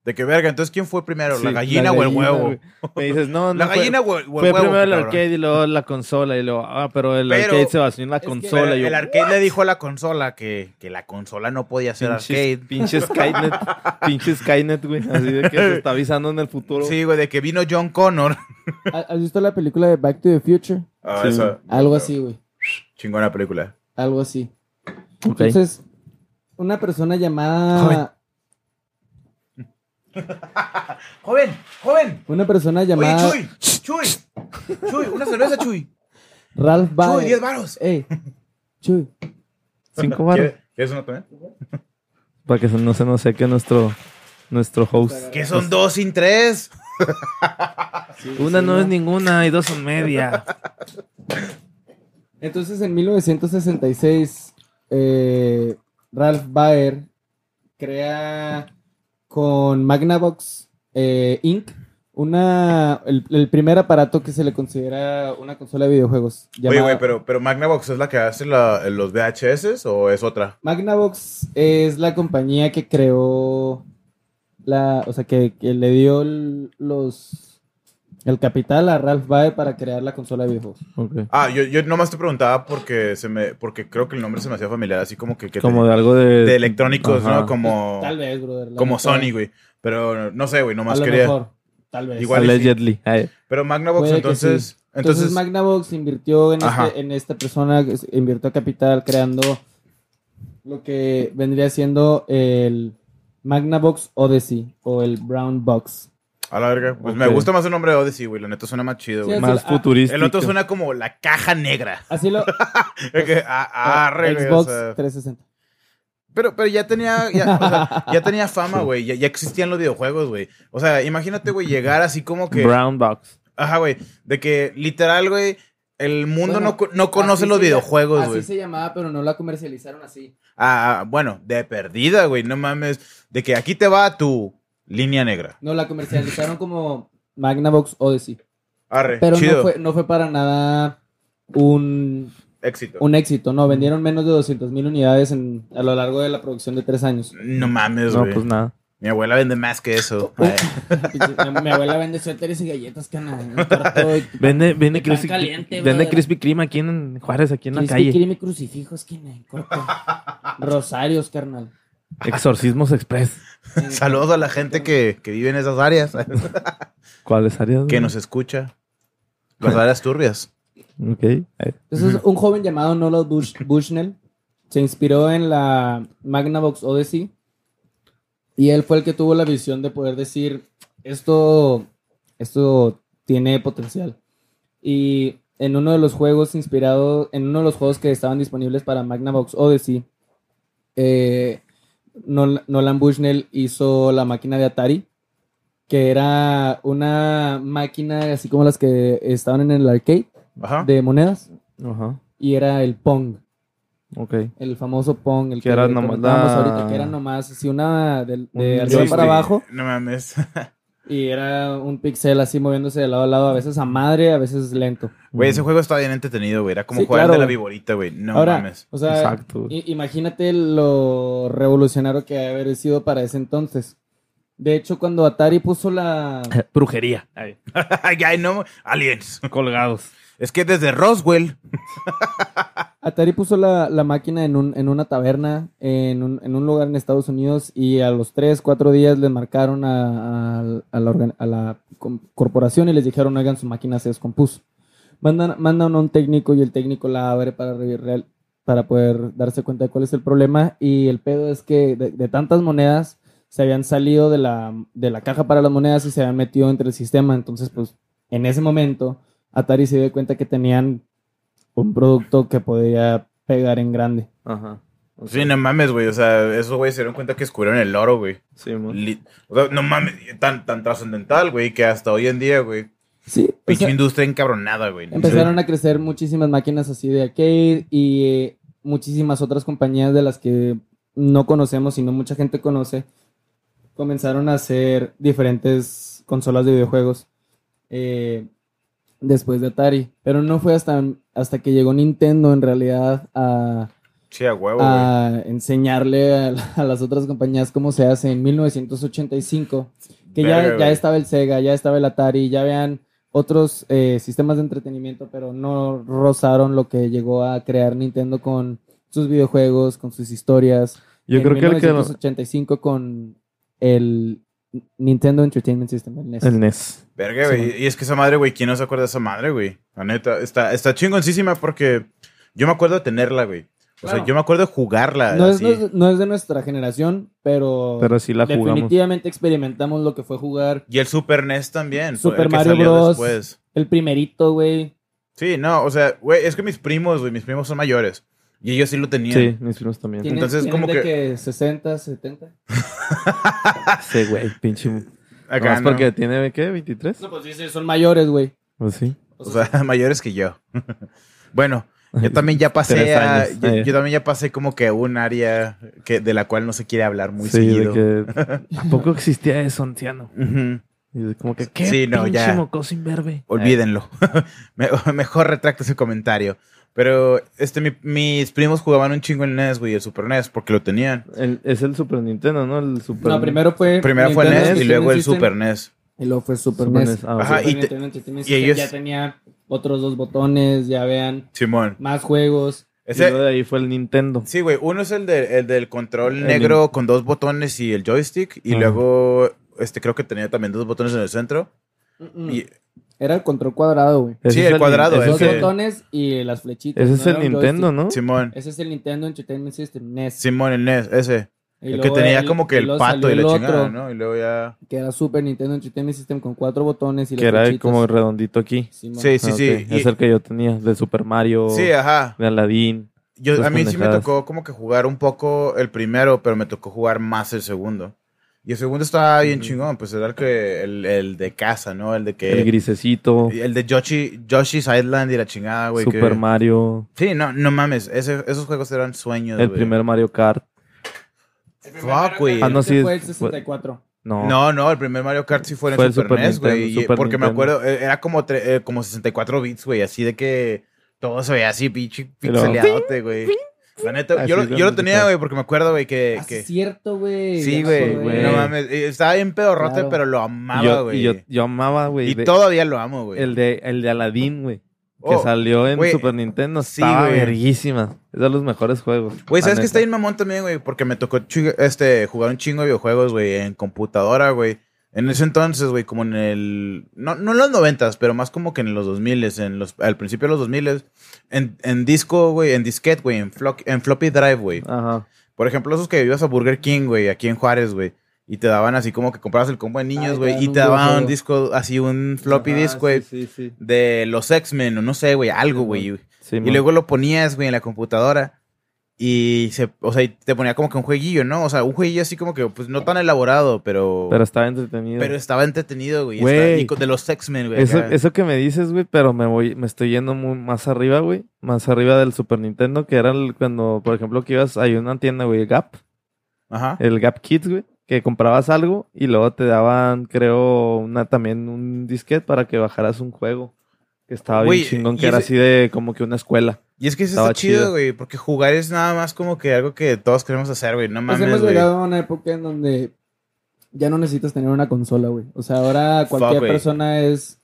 De que verga, entonces, ¿quién fue primero?
Sí,
¿La gallina
la
o el
gallina,
huevo? [LAUGHS]
güey. Me dices, no, no.
La
fue-
gallina o el o el huevo.
Fue primero el
cabrón.
arcade y luego la consola. Y luego, ah, pero el
Pero-
arcade se basó en la
que-
consola.
Pero
y yo,
el arcade le dijo a la consola que, que la consola no podía ser
[LAUGHS]
arcade.
Pinche, pinche Skynet, pinche Skynet, güey. Así de que se está avisando en el futuro.
Sí, güey, de que vino John Connor.
¿ha- ¿has visto la película de Back to the Future?
Ah,
Sí.
esa
Algo así, güey.
chingona película.
Algo así.
Ok.
Entonces, una persona
Joven.
llamada...
Joven, joven.
Una persona
Oye,
llamada
Chuy, Chuy, Chuy, una cerveza, Chuy.
Ralph
Chuy, 10
Baer.
varos.
Ey, Chuy.
Cinco baros.
¿Quieres una también?
Para que no se nos seque nuestro, nuestro host.
Que son dos sin tres.
Una no es ninguna y dos son media.
Entonces, en 1966, eh, Ralph Baer crea con Magnavox eh, Inc. Una, el, el primer aparato que se le considera una consola de videojuegos.
Oye,
llamada-
güey, pero, pero Magnavox es la que hace la- los VHS o es otra?
Magnavox es la compañía que creó la, o sea, que, que le dio el- los el capital a Ralph Baer para crear la consola de videojuegos.
Ok.
Ah, yo, yo nomás te preguntaba porque se me, porque creo que el nombre se me hacía familiar, así como que, que te-
Como de algo de.
de electrónicos,
Ajá.
¿no? Como,
Pues, Tal vez, brother. la
como
neta,
Sony, güey. Pero no sé, güey,
A
nomás
lo
quería.
mejor. Tal vez.
Igual y sí.
Allegedly. Ay,
Pero Magnavox,
Puede que
entonces,
sí. Entonces,
entonces,
Magnavox invirtió en,
Ajá.
este- en esta persona, invirtió capital creando lo que vendría siendo el Magnavox Odyssey o el Brown Box.
a la verga. Pues me
Ok.
gusta más el nombre de Odyssey, güey. La neta suena más chido,
Sí,
güey.
es-
Más
ah,
futurista.
El otro suena como la caja negra. [LAUGHS]
Así lo...
Es que, ah, arre, güey, o
Xbox
sea.
360.
Pero, pero ya tenía, ya, o sea, ya
[LAUGHS]
tenía fama, güey. Ya, ya existían los videojuegos, güey. O sea, imagínate, güey, llegar así como que.
Brown Box.
Ajá, güey. De que literal, güey, el mundo
Bueno,
no, co- no conoce
Así
los
se-
videojuegos,
Así
güey.
se llamaba, pero no la comercializaron así.
Ah, ah, bueno, de perdida, güey. No mames. De que aquí te va tu línea negra.
No, la comercializaron como Magnavox Odyssey.
Arre,
Pero
chido.
no fue, no fue para nada un,
Éxito.
un éxito, ¿no? Vendieron menos de 200 mil unidades en- a lo largo de la producción de tres años.
No mames,
No,
güey.
pues nada.
Mi abuela vende más que
[LAUGHS]
eso.
Ay. Pues, mi, mi abuela vende suéteres y galletas que
[LAUGHS] Vende, vende,
Y pan
Krispy-
caliente,
vende
brother.
Krispy Kreme aquí en Juárez, aquí en la
Crispy
calle.
Kreme y crucifijos, que me corto. Rosarios, carnal.
Exorcismos Express.
Saludos a la gente que, que vive en esas áreas, [LAUGHS]
¿Cuáles áreas?
que
güey?
nos escucha. Las áreas turbias.
Ok. eh. Ay,
Entonces, un joven llamado Nolan Bush, Bushnell se inspiró en la Magnavox Odyssey y él fue el que tuvo la visión de poder decir, esto, esto tiene potencial. Y en uno de los juegos inspirado, en uno de los juegos que estaban disponibles para Magnavox Odyssey, eh, Nol- Nolan Bushnell hizo la máquina de Atari, que era una máquina así como las que estaban en el arcade
Ajá.
de monedas
Ajá.
y era el Pong.
Ok.
El famoso Pong, el
Que era
le
nomás
comentábamos
la-
ahorita, que era nomás así una de, de
Un
arriba
joystick.
para abajo
No mames.
y era un pixel así moviéndose de lado a lado, a veces a madre, a veces lento.
Güey,
Mm.
ese juego está bien entretenido, güey. Era como
Mm. Sí,
jugar al
claro,
de la
güey.
viborita, güey. No
Ahora,
mames. [LAUGHS]
o sea,
Exacto. güey.
i- imagínate lo revolucionario que debe haber sido para ese entonces. De hecho, cuando Atari puso la...
Brujería.
Ay, ay, no. Aliens.
Colgados.
Es que desde Roswell.
Atari puso la, la máquina en, un, en una taberna, en un, en un lugar en Estados Unidos, y a los 3, 4 días les marcaron a, a- a la, organ- a la com- corporación y les dijeron, oigan, su máquina se descompuso. Mandan, mandan a un técnico y el técnico la abre para, re- real- para poder darse cuenta de cuál es el problema. Y el pedo es que de, de tantas monedas se habían salido de la, de la caja para las monedas y se habían metido entre el sistema. Entonces, pues, en ese momento, Atari se dio cuenta que tenían un producto que podía pegar en grande.
Ajá. O sea,
Sí, no mames, güey. O sea, esos güeyes se dieron cuenta que descubrieron el oro, güey.
sí, mo.
Li- O sea, no mames. Tan, tan trascendental, güey, que hasta hoy en día, güey.
Sí, o
Pinche
sea,
industria encabronada, güey.
empezaron a crecer muchísimas máquinas así de arcade y eh, muchísimas otras compañías de las que no conocemos y no mucha gente conoce. Comenzaron a hacer diferentes consolas de videojuegos eh, después de Atari. Pero no fue hasta, hasta que llegó Nintendo en realidad a,
Sí, a huevo, Oh, güey.
a enseñarle a, [LAUGHS] la- a las otras compañías cómo se hace en 1985. Que
Verga,
ya, ya
güey.
estaba el Sega, ya estaba el Atari, ya habían otros eh, sistemas de entretenimiento, pero no rozaron lo que llegó a crear Nintendo con sus videojuegos, con sus historias.
Yo
En
creo que el que... lo-
1985 con el Nintendo Entertainment System, el E NES.
El E NES.
Verga, güey. y es que esa madre, güey, ¿quién no se acuerda de esa madre, güey? La neta, está, está chingoncísima porque yo me acuerdo de tenerla, güey. O sea,
Claro.
yo me acuerdo de jugarla.
no, es,
así.
no es- no es de nuestra generación, pero,
Pero sí la jugamos.
definitivamente experimentamos lo que fue jugar
Y el Super NES también. fue
Super
el que
Mario
salió
Bros.
después.
el primerito, güey.
Sí, no, o sea, güey, es que mis primos, güey, mis primos son mayores. Y ellos sí lo tenían.
Sí, mis primos también.
Tienen-
Entonces,
tienen
como
de
que-
que 60, 70.
Sí, güey, pinche.
Acá,
Nomás
¿no?
porque tiene, ¿qué? ¿23?
No, pues dice, son mayores, güey.
Pues sí.
O sea, [LAUGHS] mayores que yo. bueno, yo también ya pasé
[LAUGHS] Tres
a-
años.
yo,
Eh.
yo también ya pasé como que un área que, de la cual no se quiere hablar muy
sí,
seguido. [LAUGHS]
de que ¿a poco existía eso, anciano?
Ujú.
Y de como que, ¿qué
Sí, no,
pinche
ya.
mocoso imberbe?
Olvídenlo. [LAUGHS] Me- Mejor retracta ese comentario. Pero este, mi- mis primos jugaban un chingo el NES, güey, el Super NES, porque lo tenían.
Eh, el- es el Super Nintendo, ¿no? El Super
no, primero fue.
Primero fue el
Nintendo
NES y luego el
Entertainment
Super E
System,
NES.
Y luego fue Super, E
Super
NES.
NES. Ah,
Ajá,
Super
ok.
y te-
Nintendo Entertainment
y
System
ellos-
Ya tenía otros dos botones, ya vean,
Simón.
más juegos.
Y
Ese,
luego de ahí fue el Nintendo.
Sí, güey. Uno es el, de- el del control
El
negro con dos botones y el joystick. Y
Ajá.
luego, este creo que tenía también dos botones en el centro.
Mm, mm.
Y,
Era el control cuadrado, güey.
Ese
Pues Sí,
es
el cuadrado,
ese
el
Dos
es el,
que-
botones y las flechitas.
ese es
¿no?
el
Era un
Nintendo, ¿no?
Simón.
joystick. Ese es el Nintendo Entertainment System, NES.
Simón, el NES, ese.
Y
El que
luego
tenía
el-
como que el
luego
pato
salió
y la
el
chingada, ¿no? Y luego ya.
Que era Super Nintendo Entertainment System con cuatro botones y
Que
las
era
flechitas.
como redondito aquí.
Simón.
Sí, sí,
Ah,
sí.
ok.
Y-
Es el que yo tenía, de Super Mario,
sí, ah. ajá.
de Aladdin.
Yo,
Las
a mí sí me
pendejadas.
tocó como que jugar un poco el primero, pero me tocó jugar más el segundo. Y el segundo estaba bien
Ujú.
chingón, pues era el, que, el, el de casa, ¿no? El de que.
El grisecito,
el de Yoshi, Yoshi's Island y la chingada, ah, güey. que-
Super Mario,
Sí, no, no mames. ese- esos juegos eran sueños,
el
güey.
primer Mario Kart.
Fuck, güey.
Ah, no, sí,
Fue el
fue-
64.
No,
No, no, el primer Mario Kart sí fue en
Fue
el
el
Super,
Super
NES, güey.
Nintendo,
y-
Super
Porque me
Nintendo.
acuerdo, eh, era como, tre- eh, como 64 bits, güey. Así de que todo se veía así, pinche
Y luego-
pixeleadote, güey. La neta,
Así
yo, lo-
es
yo
donde
lo
se
tenía,
queda.
güey, porque me acuerdo, güey, que...
Ah, sí,
que-
cierto, güey.
Sí,
Ya
güey.
me acordé.
güey.
No mames. eh, Estaba bien pedorrote,
Claro.
pero lo
Y
amaba,
yo,
güey.
y yo, yo amaba, güey.
Y
de-
todavía lo amo, güey.
El de, el de Aladdin, güey. Que
Oh,
salió en
güey,
Super Nintendo.
sí,
estaba
güey.
verguísima. Es de los mejores juegos.
Güey,
la
¿sabes que
neta.
está bien mamón también, güey? Porque me tocó chi- este, jugar un chingo de videojuegos, güey, en computadora, güey. En ese entonces, güey, como en el... No, no en los noventas, pero más como que en los 2000, en los, al principio de los 2000, en, en disco, güey, en disquete, güey, en, floc- en floppy drive, güey.
Ajá.
Por ejemplo, esos que ibas a Burger King, güey, aquí en Juárez, güey. Y te daban así como que comprabas el combo de
Ah,
niños,
y
güey,
te daban
y te
un
daban un
videojuego.
disco así, un floppy
Ajá,
disc, güey,
Sí, sí, sí.
de los X-Men, o no sé, güey, algo, güey.
Sí,
Y
man.
luego lo ponías, güey, en la computadora. Y se, o sea, y te ponía como que un jueguillo, ¿no? O sea, un jueguillo así como que, pues no tan elaborado, pero.
Pero estaba entretenido.
pero estaba entretenido, güey.
Güey.
Está- y con- de los X-Men, güey.
Eso,
acá.
eso que me dices, güey, pero me voy, me estoy yendo muy más arriba, güey. Más arriba del Super Nintendo, que era el- cuando, por ejemplo, que ibas, hay una tienda, güey, Gap,
Ajá.
el Gap Kids, güey, que comprabas algo y luego te daban, creo, una también un disquete para que bajaras un juego. Que estaba
Güey,
bien chingón,
y
que era
ese-
así de como que una escuela.
Y es que eso
Estaba
está chido,
chido.
güey, porque jugar es nada más como que algo que todos queremos hacer, güey. No
Pues
mames,
hemos
güey.
llegado a una época en donde ya no necesitas tener una consola, güey. O sea, ahora cualquier
güey.
persona es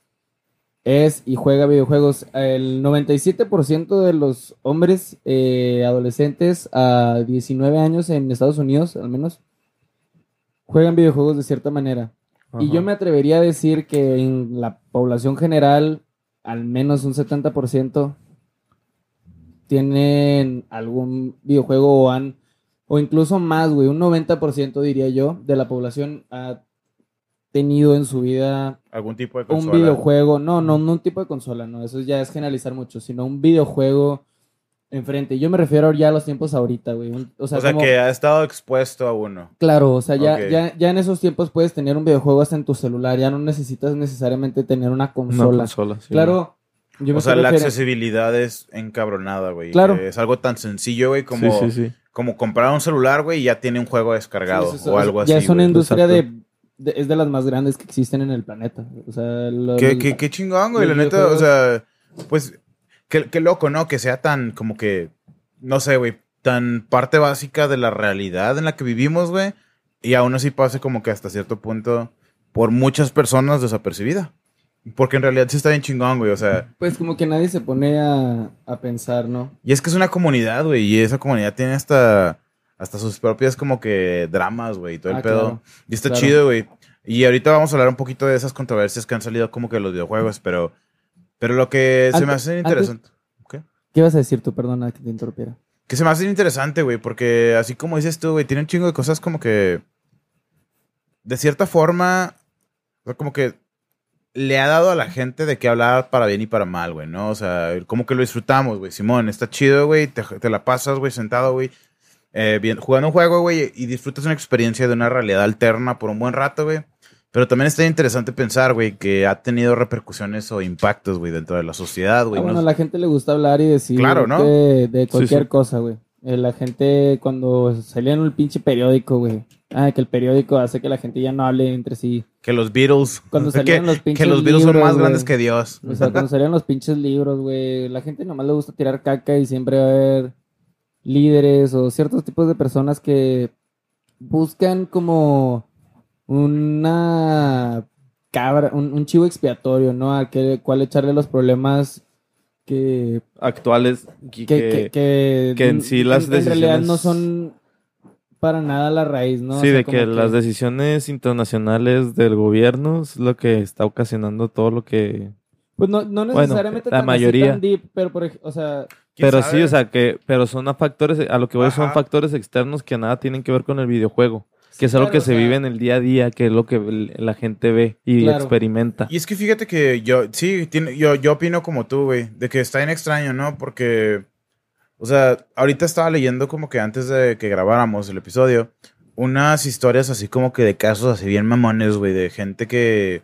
es y juega videojuegos. El 97% de los hombres eh, adolescentes a 19 años en Estados Unidos, al menos, juegan videojuegos de cierta manera. Y
Ajá.
yo me atrevería a decir que en la población general, al menos un 70% tienen algún videojuego o han, o incluso más, güey, un 90% diría yo, de la población ha tenido en su vida
Algún tipo de
un
consola.
videojuego, no, no, no un tipo de consola, no, eso ya es generalizar mucho, sino un videojuego enfrente. Yo me refiero ya a los tiempos ahorita, güey. un- O sea,
O sea,
como-
que ha estado expuesto a uno.
Claro, o sea, ya,
Ok.
ya, ya en esos tiempos puedes tener un videojuego hasta en tu celular, ya no necesitas necesariamente tener una
Una
consola.
consola, sí, güey.
claro, yo me
O sea,
estoy
la
refiriendo-
accesibilidad es encabronada, güey.
Claro.
que Es algo tan sencillo, güey, como,
Sí, sí, sí.
como comprar un celular, güey, y ya tiene un juego descargado
Sí, sí, sí,
o algo así.
Ya es una
güey.
industria de,
Exacto.
de- es de las más grandes que existen en el planeta. O sea, lo-
¿Qué, qué, qué chingón, güey, la
los
neta. O
videojuegos.
sea, pues, qué, qué loco, ¿no? Que sea tan, como que, no sé, güey, tan parte básica de la realidad en la que vivimos, güey. Y aún así pase como que hasta cierto punto por muchas personas desapercibida. Porque en realidad sí está bien chingón, güey. O sea,
Pues como que nadie se pone a, a pensar, ¿no?
y es que es una comunidad, güey. Y esa comunidad tiene hasta, hasta sus propias como que dramas, güey. Y todo el
Ah,
pedo.
claro.
Y está
Claro.
chido, güey. Y ahorita vamos a hablar un poquito de esas controversias que han salido como que de los videojuegos, pero, pero lo que se me
Antes-
hace
antes-
interesante. ¿Qué?
¿Qué vas a decir tú? Perdona que te interrumpiera.
Que se me hace interesante, güey, porque así como dices tú, güey, tiene un chingo de cosas como que. De cierta forma. o sea, Como que le ha dado a la gente de qué hablar para bien y para mal, güey, ¿no? O sea, como que lo disfrutamos, güey. Simón, está chido, güey. Te, te la pasas, güey, sentado, güey. eh, bien, jugando un juego, güey, y disfrutas una experiencia de una realidad alterna por un buen rato, güey. Pero también está interesante pensar, güey, que ha tenido repercusiones o impactos, güey, dentro de la sociedad,
Ah,
güey.
bueno,
¿no?
a la gente le gusta hablar y decir
Claro, ¿no?
de, de cualquier
sí.
cosa, güey. Eh, La gente cuando salía en el pinche periódico, güey. Ah, que el periódico hace que la gente ya no hable entre sí.
Que los Beatles.
[LAUGHS]
[LAUGHS]
Cuando salieron los
que,
pinches
los Beatles son
libros,
más
güey.
grandes que Dios.
O sea, cuando salieron los pinches libros, güey. La gente nomás le gusta tirar caca y siempre va a haber líderes o ciertos tipos de personas que buscan como una cabra, un, un chivo expiatorio, ¿no? Al que, cual echarle los problemas que
Actuales.
que,
y
que, que-
que en sí las
En realidad
decisiones-
no son para nada la raíz, ¿no? O
sí,
sea,
de
como
que las decisiones internacionales del gobierno es lo que está ocasionando todo lo que...
Pues no, no
Bueno,
necesariamente
la
tan así,
mayoría.
tan deep, pero por ej- o sea,
¿Quién
Pero sí,
sabe?
o sea, que... Pero son a factores, a lo que voy, son
Ajá.
factores externos que nada tienen que ver con el videojuego. Que es algo
claro,
que
o
se
sea,
vive en el día a día, que es lo que el- la gente ve y
Claro.
experimenta.
Y es que fíjate que yo, sí, tiene- yo, yo opino como tú, güey, de que está bien extraño, ¿no? Porque, o sea, ahorita estaba leyendo como que antes de que grabáramos el episodio, unas historias así como que de casos así bien mamones, güey, de gente que,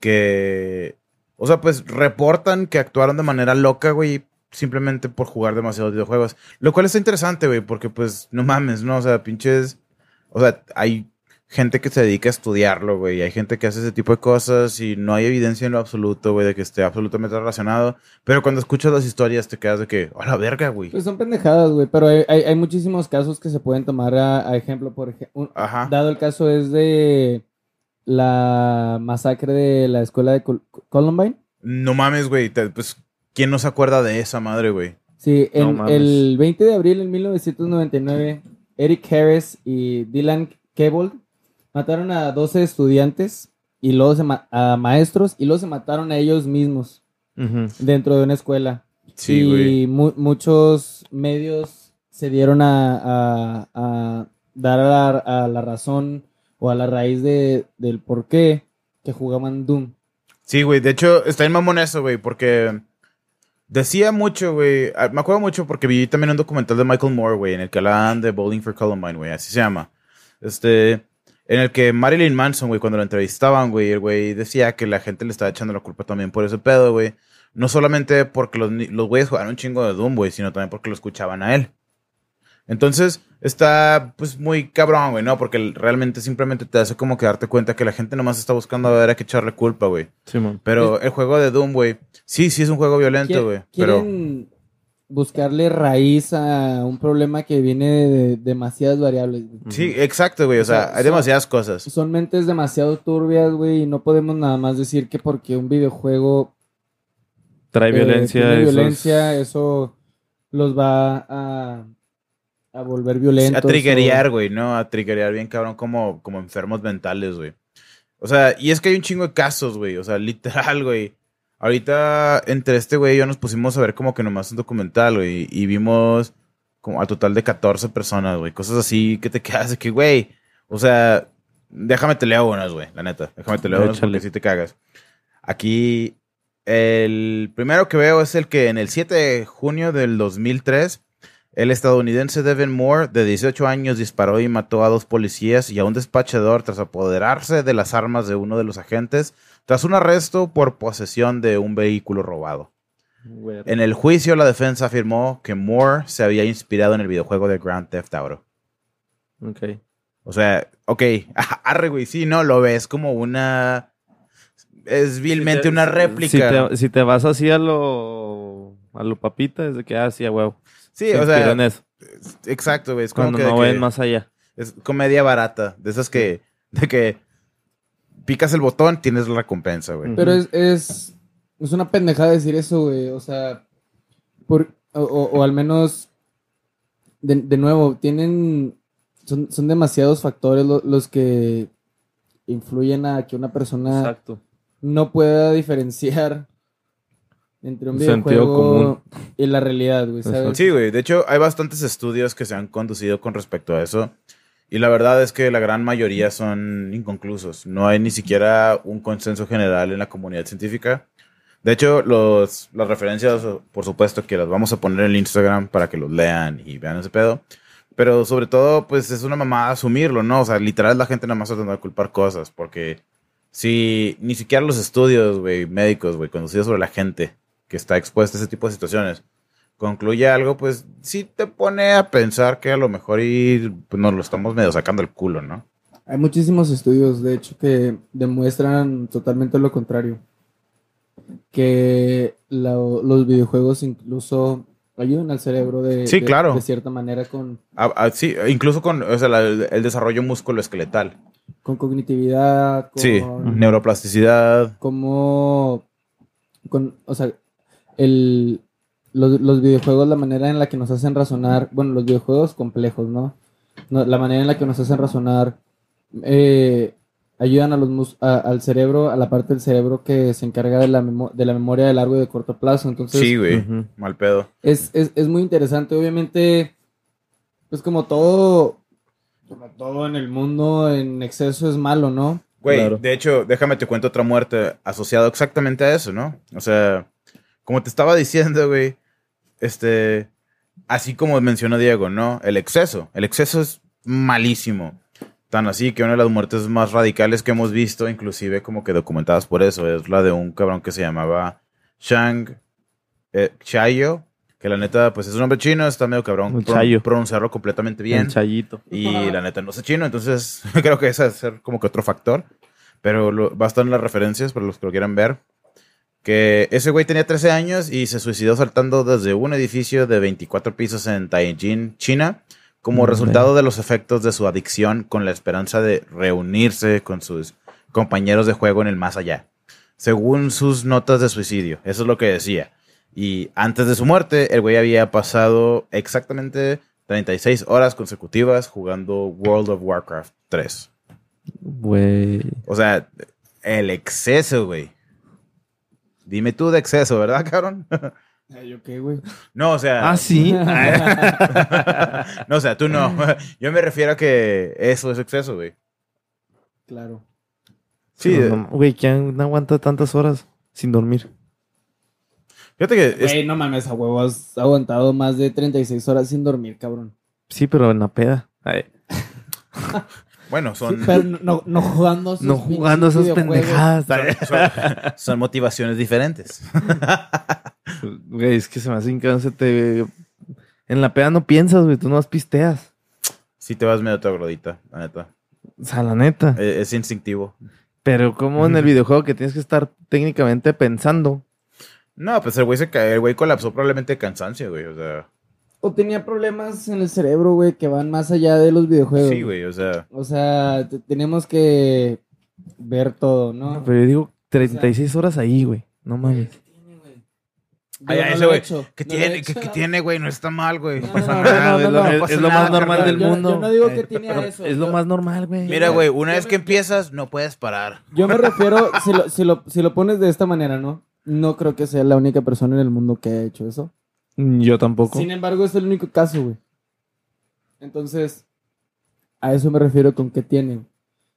que, o sea, pues reportan que actuaron de manera loca, güey, simplemente por jugar demasiados videojuegos. Lo cual está interesante, güey, porque pues no mames, ¿no? O sea, pinches, o sea, hay gente que se dedica a estudiarlo, güey. Hay gente que hace ese tipo de cosas y no hay evidencia en lo absoluto, güey, de que esté absolutamente relacionado. Pero cuando escuchas las historias te quedas de que, a la verga, güey.
pues son pendejadas, güey, pero hay, hay, hay muchísimos casos que se pueden tomar a, a ejemplo, por ejemplo,
Ah.
Ajá.
dado el caso es de la masacre de la escuela de Col- Columbine.
No mames, güey. te- Pues, ¿quién no se acuerda de esa madre, güey?
Sí,
No
en
mames.
el 20 de abril de 1999, Eric Harris y Dylan Kebold mataron a 12 estudiantes y luego se ma- a maestros y luego se mataron a ellos mismos
Ujú.
dentro de una escuela.
Sí, güey.
y mu- muchos medios se dieron a, a- a dar a la, a la razón o a la raíz de, del por qué que jugaban Doom.
Sí, güey. De hecho, está en mamón eso, güey, porque Decía mucho, güey. ah, Me acuerdo mucho porque vi también un documental de Michael Moore, güey, en el que hablaban de Bowling for Columbine, güey, así se llama. Este, en el que Marilyn Manson, güey, cuando lo entrevistaban, güey, el güey decía que la gente le estaba echando la culpa también por ese pedo, güey. No solamente porque los, ni- los güeyes jugaron un chingo de Doom, güey, sino también porque lo escuchaban a él. Entonces, está pues muy cabrón, güey, ¿no? Porque realmente simplemente te hace como que darte cuenta que la gente nomás está buscando a ver a qué echarle culpa, güey.
Simón.
Pero el juego de Doom, güey, sí, sí es un juego
Qui-
violento, güey. Pero...
Quieren buscarle raíz a un problema que viene de demasiadas variables. güey.
Sí, exacto, güey. O
O sea,
sea, hay
son-
demasiadas cosas.
Son mentes demasiado turbias, güey, y no podemos nada más decir que porque un videojuego
Trae
eh,
violencia.
tiene
eso es-
violencia, eso los va a, a volver violentos.
A
o-
triggerear, güey, ¿no? A triggerear bien cabrón como, como enfermos mentales, güey. O sea, y es que hay un chingo de casos, güey. O sea, literal, güey. Ahorita entre este güey y yo nos pusimos a ver como que nomás un documental, güey. Y vimos como al total de 14 personas, güey. Cosas así que te quedas de que, güey. O sea, déjame te leo unas, güey. La neta. Déjame te leo unas
Échale.
porque si te cagas. Aquí el primero que veo es el que en el 7 de junio del 2003 el estadounidense Devin Moore, de 18 años, disparó y mató a dos policías y a un despachador tras apoderarse de las armas de uno de los agentes tras un arresto por posesión de un vehículo robado.
Eh,
En el juicio, la defensa afirmó que Moore se había inspirado en el videojuego de Grand Theft Auto.
Ok.
O sea, ok, [LAUGHS] arre, güey, sí, no, lo ves como una... Es vilmente una
Si
réplica.
te, si te vas así a lo, a lo papita, es de que, ah, sí, a huevo.
sí,
Se
o
inspiró
sea,
en eso.
exacto, güey, es como
Cuando
que... de
no
que-
ven más allá.
Es comedia barata. De esas que. De que picas el botón, tienes la recompensa, güey.
Mm.
Pero es, es, es una pendejada decir eso, güey. O sea, por, o, o- o al menos, de, de nuevo, tienen, son, son demasiados factores lo- los que influyen a que una persona
Exacto.
no pueda diferenciar entre un
Sentido
videojuego y la realidad, güey,
Exacto.
¿sabes?
Sí, güey. De hecho, hay bastantes estudios que se han conducido con respecto a eso. Y la verdad es que la gran mayoría son inconclusos. No hay ni siquiera un consenso general en la comunidad científica. De hecho, los, las referencias, por supuesto, que las vamos a poner en el Instagram para que los lean y vean ese pedo. Pero sobre todo, pues es una mamada asumirlo, ¿no? O sea, literal la gente nada más está tratando de culpar cosas. Porque si ni siquiera los estudios, güey, médicos, güey, conducidos sobre la gente que está expuesta a ese tipo de situaciones, concluye algo, pues sí te pone a pensar que a lo mejor y pues, nos lo estamos medio sacando el culo, ¿no?
Hay muchísimos estudios, de hecho, que demuestran totalmente lo contrario. Que la- los videojuegos incluso ayudan al cerebro de,
Sí,
de-
claro.
de cierta manera con,
A- a- sí, incluso con o sea, la- el desarrollo musculoesqueletal.
con cognitividad, con
Sí, neuroplasticidad.
cómo- con, o sea, el, los, los videojuegos, la manera en la que nos hacen razonar, bueno, los videojuegos complejos, ¿no? No, la manera en la que nos hacen razonar eh, ayudan a los mus- a- al cerebro, a la parte del cerebro que se encarga de la, memo- de la memoria de largo y de corto plazo. Entonces,
Sí, güey.
Ujú.
Mal pedo.
es, es, es muy interesante. Obviamente, pues como todo, como todo en el mundo, en exceso es malo, ¿no?
Güey,
Claro.
de hecho, déjame te cuento otra muerte asociada exactamente a eso, ¿no? O sea, como te estaba diciendo, güey, este, así como mencionó Diego, ¿no? El exceso, el exceso es malísimo. Tan así que una de las muertes más radicales que hemos visto, inclusive como que documentadas por eso, es la de un cabrón que se llamaba Shang eh, Chayo, que la neta, pues es un hombre chino, está medio cabrón
Un
pro-
chayo.
pronunciarlo completamente bien.
El chayito.
Y la neta no sé chino, entonces [LAUGHS] creo que ese va a ser como que otro factor. Pero lo- va a estar en las referencias para los que lo quieran ver. Que ese güey tenía 13 años y se suicidó saltando desde un edificio de 24 pisos en Tianjin, China, como
Hombre.
resultado de los efectos de su adicción con la esperanza de reunirse con sus compañeros de juego en el más allá. Según sus notas de suicidio, eso es lo que decía. Y antes de su muerte, el güey había pasado exactamente 36 horas consecutivas jugando World of Warcraft 3.
Güey.
O sea, el exceso, güey. Dime tú de exceso, ¿verdad, [LAUGHS] cabrón?
Ay, Ah, ¿yo qué, güey?
No, o sea.
Ah,
[LAUGHS]
sí.
no, o sea, tú no. [LAUGHS] Yo me refiero a que eso es exceso, güey.
Claro.
Sí,
No, no, Güey, ¿quién aguanta tantas horas sin dormir?
Fíjate que. es-
Güey, no mames, a huevo has aguantado más de 36 horas sin dormir, cabrón.
Sí, pero en la peda. Ay,
bueno,
Sí,
son,
pero no- no, no jugando esos
no
pinches
jugando esas
videojuegos.
pendejadas. Ay,
son- son- son motivaciones diferentes. [LAUGHS]
Güey, es que se me hace inconsciente. En la peda no piensas, güey. Tú nomás pisteas.
Sí, te vas medio troglodita, la neta.
O sea, la neta.
Eh, Es, instintivo.
Pero como en el videojuego que tienes que estar técnicamente pensando.
No, pues el güey, se ca- el güey colapsó probablemente de cansancio, güey. O sea,
O tenía problemas en el cerebro, güey, que van más allá de los videojuegos.
sí, güey, o sea.
O sea, te- tenemos que ver todo, ¿no?
Pero yo digo 36 horas ahí, güey. No mames.
¿Qué tiene, güey? Yo
Ay, ay,
no
Ah, ese
lo he
güey,
hecho,
¿Qué
no lo he
tiene?
hecho.
¿Qué, qué tiene, güey? No está mal, güey.
No,
No pasa
no, no,
nada,
no,
güey.
no, no,
no
es-
pasa
es lo
nada,
más normal
carnal.
del
Yo-
mundo.
Yo no digo que tiene a
Pero
eso.
es lo
yo-
más normal, güey.
Mira, güey, una
Yo
vez
me-
que empiezas, no puedes parar.
Yo me refiero, si lo, si, lo, si lo pones de esta manera, ¿no? No creo que sea la única persona en el mundo que ha hecho eso.
Mm, Yo tampoco.
Sin embargo, es el único caso, güey. Entonces, a eso me refiero con que tienen.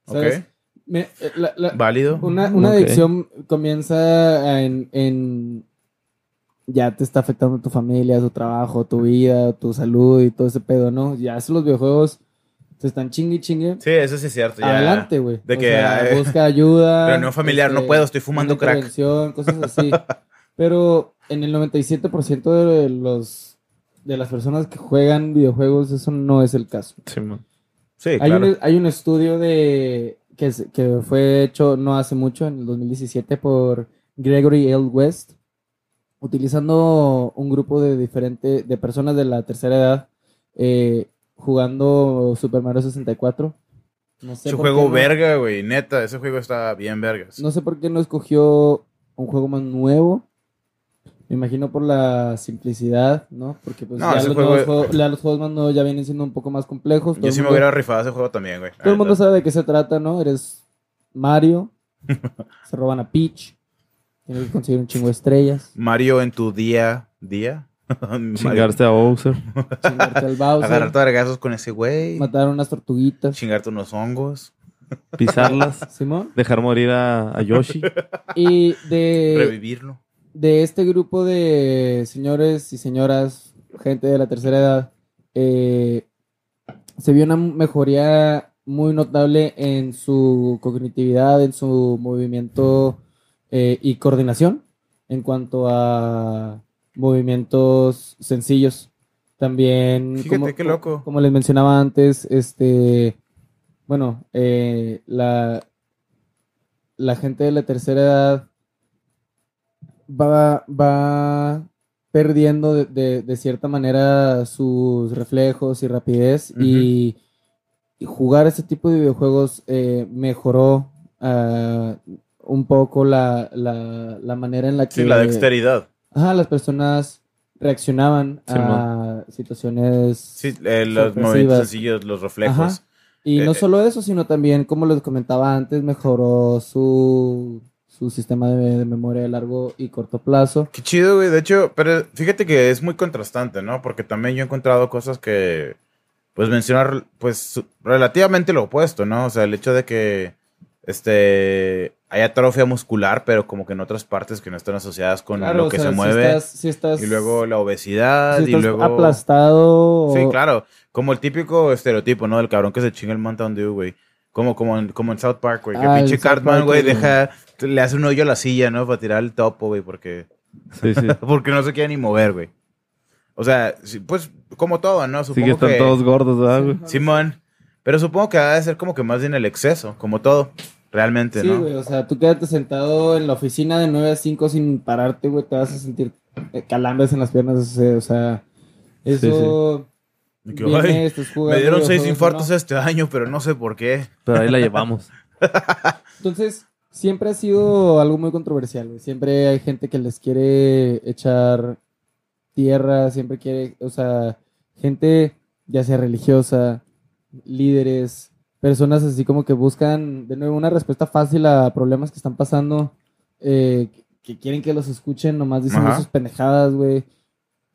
¿Sabes?
Ok.
Me- eh, la- la-
Válido.
una una
Ok.
adicción comienza en, en- Ya te está afectando tu familia, tu trabajo, tu vida, tu salud y todo ese pedo, ¿no? Ya si los videojuegos te están chingue y chingue.
Sí, eso sí es cierto. ya.
Adelante, güey.
De
O
que,
sea,
[LAUGHS] eh,
busca ayuda.
Pero no familiar, no
este,
puedo, estoy fumando
una
crack.
intervención,
[LAUGHS]
cosas así. Pero en el 97% de los de las personas que juegan videojuegos eso no es el caso.
Simón.
Sí,
hay,
claro.
un, hay un estudio de que, se- que fue hecho no hace mucho, en el 2017, por Gregory L. West, utilizando un grupo de diferente, de personas de la tercera edad eh, jugando Super Mario 64. No sé
Ese
por qué
juego
no-
verga, güey. Neta, ese juego está bien vergas.
no sé por qué no escogió un juego más nuevo. Me imagino por la simplicidad, ¿no? Porque pues
No,
ya,
ese
los
juego-
nuevos juegos, ya los juegos más nuevos ya vienen siendo un poco más complejos. Todo
Yo
el
sí me
mundo-
hubiera Ah, rifado ese juego también, güey.
todo el mundo
Neta.
sabe de qué se trata, ¿no? Eres
[LAUGHS]
Mario, se roban a Peach, tienes que conseguir un chingo de estrellas,
Mario en tu día, día. [LAUGHS] Mario.
Chingarte a Bowser.
chingarte al
[LAUGHS]
Bowser,
Agarrarte a vergazos con ese güey.
matar unas
[LAUGHS]
tortuguitas,
Chingarte unos hongos. [LAUGHS]
Pisarlas.
Simón.
Dejar morir a, a Yoshi.
Y de,
revivirlo.
de este grupo de señores y señoras, gente de la tercera edad, eh, se vio una mejoría muy notable en su cognitividad, en su movimiento eh, y coordinación en cuanto a movimientos sencillos. También,
Fíjate, qué loco.
como les mencionaba antes, este, bueno, eh, la, la gente de la tercera edad va, va perdiendo de, de- de cierta manera sus reflejos y rapidez y, y jugar ese tipo de videojuegos eh, mejoró ah, un poco la, la- la manera en la que
Sí, la dexteridad.
Ajá, las personas reaccionaban a situaciones
Sí, eh, los
sorpresivas.
movimientos sencillos, los reflejos.
Ajá. Y
Eh, eh.
no solo eso, sino también, como les comentaba antes, mejoró su, su sistema de, de memoria de largo y corto plazo.
Qué chido, güey. De hecho, pero fíjate que es muy contrastante, ¿no? Porque también yo he encontrado cosas que, pues, mencionar, pues, su- relativamente lo opuesto, ¿no? O sea, el hecho de que, este, hay atrofia muscular, pero como que en otras partes que no están asociadas con
Claro,
lo
o
que
sea,
se
si
mueve.
estás- si estás-
Y luego la obesidad,
si
y
estás
luego...
aplastado.
Sí,
o-
claro. Como el típico estereotipo, ¿no? Del cabrón que se chinga el Mountain Dew, güey. Como, como, en, como en South Park, güey. Que
Ah, el
pinche
South
Cartman,
Park,
güey,
güey.
deja... Le hace un hoyo a la silla, ¿no? Para tirar el topo, güey, porque...
Sí, sí.
Porque no se quiere ni mover, güey. O sea, sí, pues, como todo, ¿no?
Sí que
Supongo
están
que...
todos gordos, ¿verdad, güey?
Simón. Pero supongo que ha de ser como que más bien el exceso, como todo. Realmente,
Sí,
¿no?
güey, o sea, tú quédate sentado en la oficina de 9 a 5 sin pararte, güey, te vas a sentir eh, calambres en las piernas, o sea, o sea, eso
Y que,
viene,
"Ay,
estás jugando
me dieron seis
videojuegos,
infartos
¿no?
este año, pero no sé por qué.
Pero ahí la llevamos.
Entonces, siempre ha sido algo muy controversial, güey. siempre hay gente que les quiere echar tierra, siempre quiere, o sea, gente ya sea religiosa, líderes, personas así como que buscan de nuevo una respuesta fácil a problemas que están pasando, eh, que quieren que los escuchen, nomás diciendo
Ajá.
sus pendejadas, güey,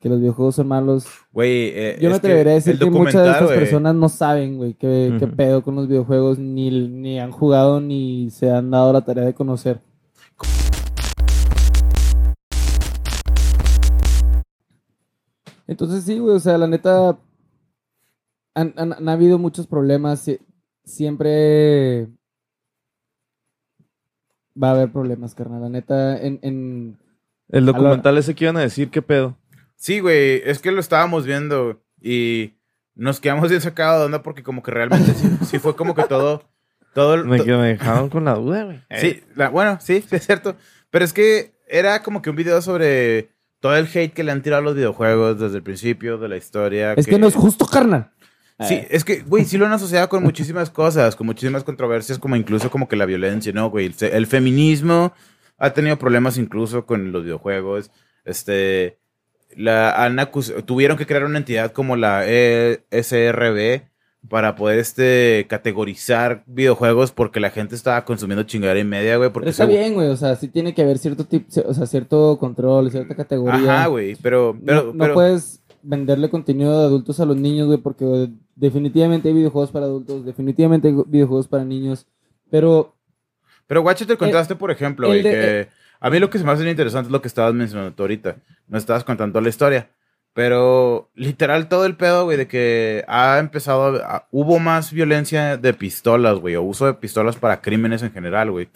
que los videojuegos son malos.
Güey, eh,
Yo me
es que
atrevería a
el
decir que muchas de
documental,
estas
güey,
personas no saben, güey, qué, qué
Ujú.
pedo con los videojuegos, ni, ni han jugado, ni se han dado la tarea de conocer. Entonces sí, güey, o sea, la neta, han, han- han habido muchos problemas, sie- siempre va a haber problemas, carnal. La neta, en, en-
El
la-
documental ese que iban a decir, ¿qué pedo?
Sí, güey, es que lo estábamos viendo y nos quedamos bien sacados de onda porque como que realmente
[LAUGHS]
sí, sí fue como que todo... todo el-
Me,
to-
que- me dejaron con la duda, güey.
[LAUGHS] sí, la- bueno, sí, [LAUGHS] sí es cierto. Pero es que era como que un video sobre todo el hate que le han tirado a los videojuegos desde el principio de la historia.
es que no es justo, carnal. Eh.
Sí, es que, güey, sí lo han asociado con muchísimas cosas, con muchísimas controversias, como incluso como que la violencia, ¿no, güey? El, fe- el feminismo ha tenido problemas incluso con los videojuegos. Este, la, han acus- tuvieron que crear una entidad como la eh, SRB para poder, este, categorizar videojuegos porque la gente estaba consumiendo chingadera y media, güey.
Pero
Porque
está
se-
bien, güey, o sea, sí tiene que haber cierto tipo, o sea, cierto control, cierta categoría.
Ajá, güey, pero...
No-
pero
no,
pero-
puedes venderle contenido de adultos a los niños, güey, porque definitivamente hay videojuegos para adultos, definitivamente hay videojuegos para niños. Pero
Pero guáchate el contraste, por ejemplo,
Eh, el
güey,
de- eh,
que a mí lo que se me hace bien interesante es lo que estabas mencionando tú ahorita. No estabas contando la historia. Pero literal todo el pedo, güey, de que ha empezado, a- hubo más violencia de pistolas, güey, o uso de pistolas para crímenes en general, güey.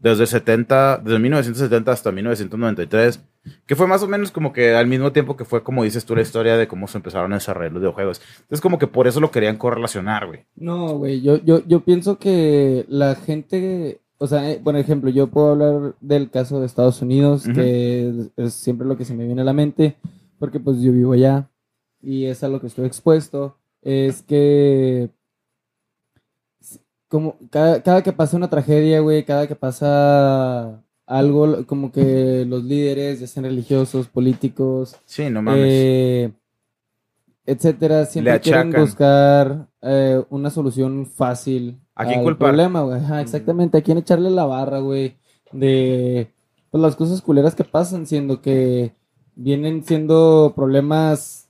Desde 70, desde 1970 hasta 1993, que fue más o menos como que al mismo tiempo que fue, como dices tú, la historia de cómo se empezaron a desarrollar los videojuegos. Entonces como que por eso lo querían correlacionar, güey.
no, güey, yo, yo, yo pienso que la gente, o sea, eh, por ejemplo, yo puedo hablar del caso de Estados Unidos,
Ujú.
que es, es siempre lo que se me viene a la mente, porque pues yo vivo allá y es a lo que estoy expuesto, es que como cada, cada que pasa una tragedia, güey, cada que pasa algo, lo- como que los líderes, ya sean religiosos, políticos,
Sí, no mames.
eh, etcétera, siempre
Le
quieren
achacan.
buscar eh, una solución fácil
¿A quién
al
culpar? Mm.
problema, güey. Ajá, exactamente, a quién echarle la barra, güey, de pues, las cosas culeras que pasan, siendo que vienen siendo problemas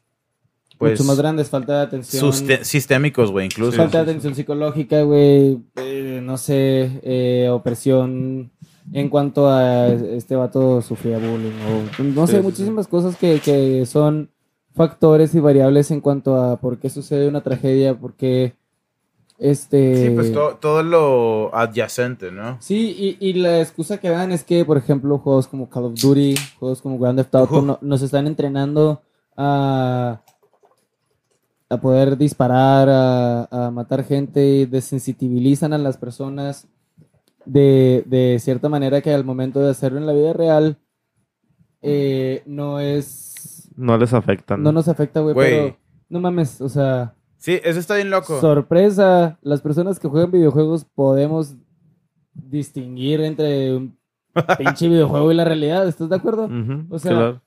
Pues,
mucho más grandes, falta de atención.
Suste- sistémicos, güey, incluso.
Falta de atención psicológica, güey. eh, no sé, eh, opresión en cuanto a este vato sufría bullying. O, no
Sí,
sé,
sí,
muchísimas cosas que, que son factores y variables en cuanto a por qué sucede una tragedia, por qué este...
Sí, pues to- todo lo adyacente, ¿no?
Sí, y, y la excusa que dan es que, por ejemplo, juegos como Call of Duty, juegos como Grand Theft Auto,
Ujú.
no- nos están entrenando a, a poder disparar, a, a matar gente, y desensibilizan a las personas de, de cierta manera que al momento de hacerlo en la vida real eh, no es...
No les afectan.
No nos afecta, güey,
Güey.
pero no mames, o sea...
Sí, eso está bien loco.
Sorpresa, las personas que juegan videojuegos podemos distinguir entre un
[LAUGHS]
pinche videojuego y la realidad, ¿estás de acuerdo?
Ujú,
O sea,
claro.